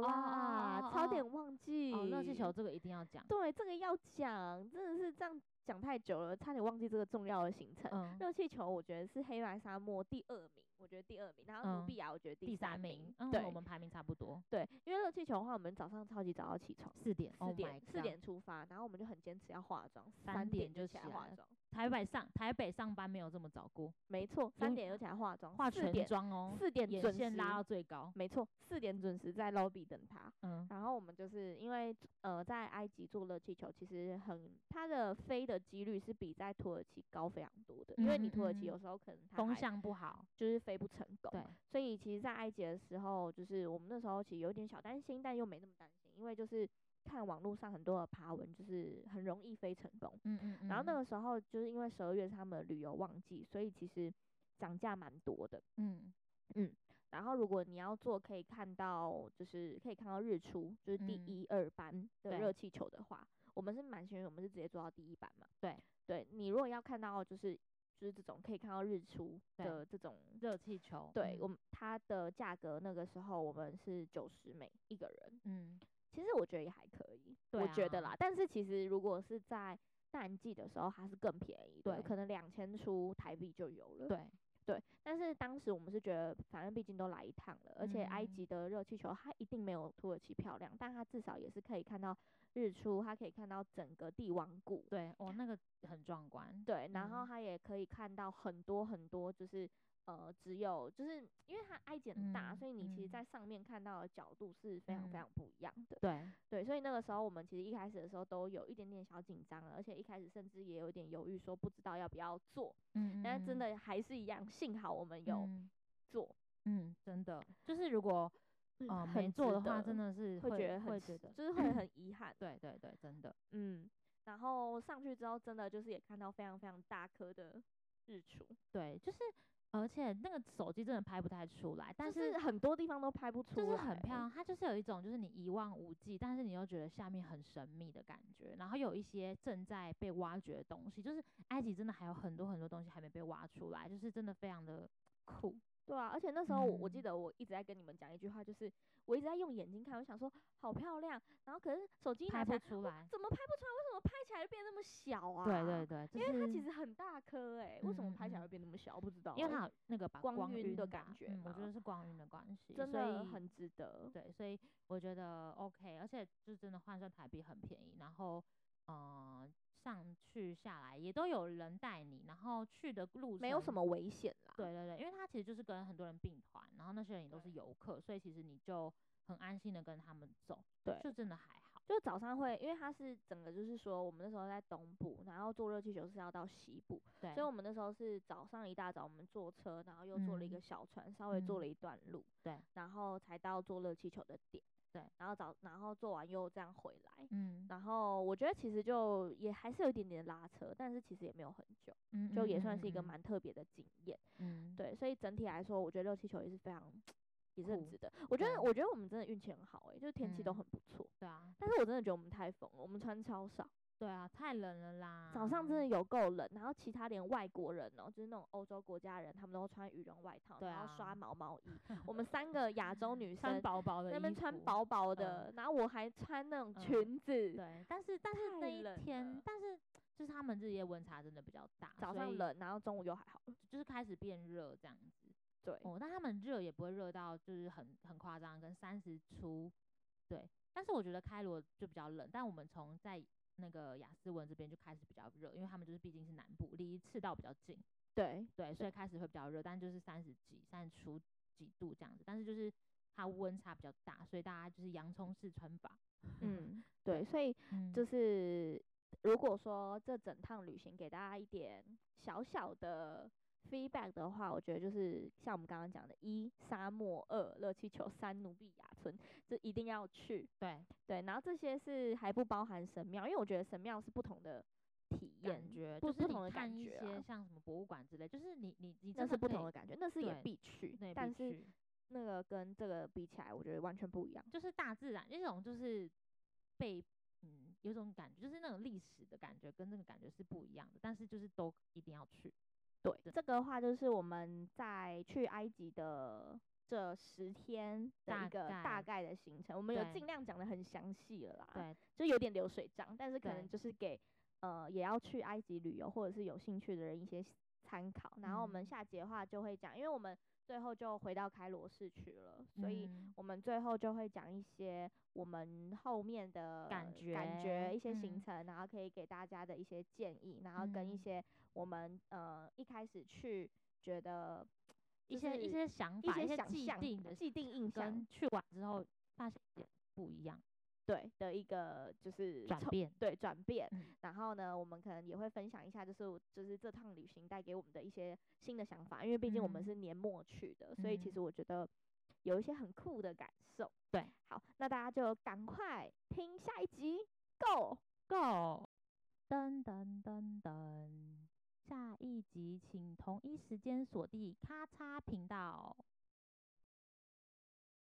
哦
啦，
哦哦
差点忘记。
哦，热气球，这个一定要讲，
对，这个要讲，真的是这样讲太久了，差点忘记这个重要的行程。
嗯，
热气球，我觉得是黑白沙漠第二名，我觉得第二名，然
嗯
后努比亚，我觉得
第
三
三名，嗯，
对
我，们排名差不多，
对，因为热气球的话，我们早上超级早要起床，
四点，
四点
Oh my
四
god
点出发，然后我们就很坚持要化妆，
三
三
点就
就起
起
来
来
化
了
妆。
台北上台北上班没有这么早过，
没错，三
永
点就起来化妆，
化
四
全
点
妆哦，
四点
眼
准时
线拉到最高，
没错，四点准时在 lobby 等他，
嗯，
然后我们就是因为呃，在埃及坐热气球，其实很它的飞的几率是比在土耳其高非常多的，因为你土耳
嗯
其
嗯嗯
有时候可能它
风
还
向不好，
就是飞不成功，
对，
所以其实，在埃及的时候，就是我们那时候其实有点小担心，但又没那么担心，因为就是看网络上很多的爬文，就是很容易飞成功。
嗯嗯嗯。
然后那个时候就是因为十二月是他们的旅游旺季，所以其实涨价蛮多的。
嗯，
然后如果你要做，可以看到就是可以看到日出，就是第
嗯
一、二班的
对
热气球的话，我们是蛮幸运，我们是直接坐到第一班嘛。
对，
对你如果要看到就是就是这种可以看到日出
对
的这种
热气球，
对
嗯
我们它的价格那个时候我们是九十美一个人，
嗯，
其实我觉得也还可以，
对
我觉得
啊
啦。但是其实如果是在淡季的时候，它是更便宜的，
对
可能两千出台币就有了。
对，
对，但是当时我们是觉得，反正毕竟都来一趟了，而且埃
嗯
及的热气球它一定没有土耳其漂亮，但它至少也是可以看到日出，它可以看到整个帝王谷，
对，哦，那个很壮观，
对，然
嗯
后它也可以看到很多很多，就是呃，只有就是因为它埃及很大，
嗯
所以你其实
嗯
在上面看到的角度是非常非
嗯
常不一样的。
对，
对，所以那个时候我们其实一开始的时候都有一点点小紧张了，而且一开始甚至也有点犹豫，说不知道要不要做。
嗯，
但是真
嗯
的还是一样，幸好我们有
嗯
做，
嗯，真的，就是如果
嗯
呃
很
没做
值
的话，
得
真的是
会觉得很
会
失
觉得，
就是会 很遗憾。
对对对，真的，
嗯，然后上去之后，真的就是也看到非常非常大颗的日出，
对，就是而且那个手机真的拍不太出来，但
就是是很多地方都拍不出来，
就是很漂亮，它就是有一种就是你一望无际，但是你又觉得下面很神秘的感觉，然后有一些正在被挖掘的东西，就是埃及真的还有很多很多东西还没被挖出来，就是真的非常的酷，
对啊，而且那时候我我记
嗯
得我一直在跟你们讲一句话，就是我一直在用眼睛看，我想说好漂亮，然后可是手机一拿
拍
起
不
来
出来，
怎么拍不出来？为什么拍起来就变那么小啊？
对对对，就
因为它
是
其实很大颗哎、为什么
嗯嗯
拍起来
嗯
会变那么小？不知道欸，
因为它有那个把
光晕
晕
的
吧
感觉
嗯，我
嘛
觉得是光晕的关系，
真
所
的
以
很值得。
对，所以我觉得 OK，而且就真的换算台币很便宜，然后嗯、呃上去下来也都有人带你，然后去的路
没有什
程
么危险啦。
对对对，因为他其实就是跟很多人并团，然后那些人也都是
嗯对
游客，所以其实你就很安心的跟他们走，
对
就真的还好。
就早上会，因为它是整个就是说，我们那时候在东部，然后坐热气球是要到西部，
对，
所以我们那时候是早上一大早，我们坐车，然后又坐了一
嗯
个小船，稍微
嗯
坐了一段路，
对，
然后才到坐热气球的点，
对，
然后早然后坐完又这样回来，
嗯
然后我觉得其实就也还是有一点点拉扯，但是其实也没有很久，
嗯
就
嗯
也
嗯
算是一个
嗯
蛮特别的经验，
嗯
对，所以整体来说，我觉得热气球也是非常也是很
酷
值得，我觉得
对
我觉得我们真的运气很好诶、欸就是天气都
嗯
很不错。
对啊
但是我真的觉得我们太疯了，我们穿超少，
对啊，太冷了啦，
早上
嗯
真的有够冷，然后其他连外国人哦、就是那种欧洲国家人，他们都穿羽绒外套，
对
然后
啊
刷毛毛 衣。我们三个亚洲女
穿
生
薄薄的，嗯
那边穿。薄薄的，然后我还穿那种裙子，
对，但是但是
太
那一
冷
天
了，
但是就是他们日夜温差真的比较大，
早
所
上
以
冷，然后中午又还好。
就是开始变热这样子。
对，
哦，但他们热也不会热到就是很很夸张，跟三十出，对。但是我觉得开罗就比较冷，但我们从在那个雅斯文这边就开始比较热，因为他们就是毕竟是南部，离赤道比较近，
对，
对，所以开始会比较热，但就是三十几、三十出几度这样子，但是就是它温差比较大，所以大家就是洋葱式穿 法，
嗯，对，所以
嗯，
就是如果说这整趟旅行给大家一点小小的 feedback 的话，我觉得就是像我们刚刚讲的，一沙漠，二热气球，三努比亚村，这一定要去。
对，
对，然后这些是还不包含神庙，因为我觉得神庙是不同的体验
感，觉
不
就
不
是
同的
你看
感
一
觉啊
些像什么博物馆之类，就是你你你
那
真
是不
可以
同的感觉，那是也
对
必去
对，，
但
必
是
须
那个跟这个比起来，我觉得完全不一样。
就是大自然那种就是被嗯有种感觉，就是那种历史的感觉跟那个感觉是不一样的，但是就是都一定要去。
对，
对
这个话就是我们在去埃及的这十天的一
大
个
概
大概的行程，我们有
对
尽量讲的很详细了啦，，
对
就有点流水账，但是可
对
能就是给呃也要去埃及旅游或者是有兴趣的人一些参考。然后我们
嗯
下节的话就会讲，因为我们最后就回到开罗市区了，所以。
嗯
我们最后就会讲一些我们后面的
感觉
感觉一些行
嗯
程，然后可以给大家的一些建议，然后跟一
嗯
些我们呃一开始去觉得
一
就
些一
是
些想
一
法、一
想
既
象
定的
既定印象，
跟去完之后发现也不一样。
对的一个就是
转
冲
变
对转变。
嗯
然后呢，我们可能也会分享一下，就是我就是这趟旅行带给我们的一些新的想法，因为毕竟我们
嗯
是年末去的，所以其
嗯
实我觉得有一些很酷的感受。
对，
好，那大家就赶快听下一集，Go！
Go！噔噔噔噔，下一集请同一时间锁定咔嚓频道。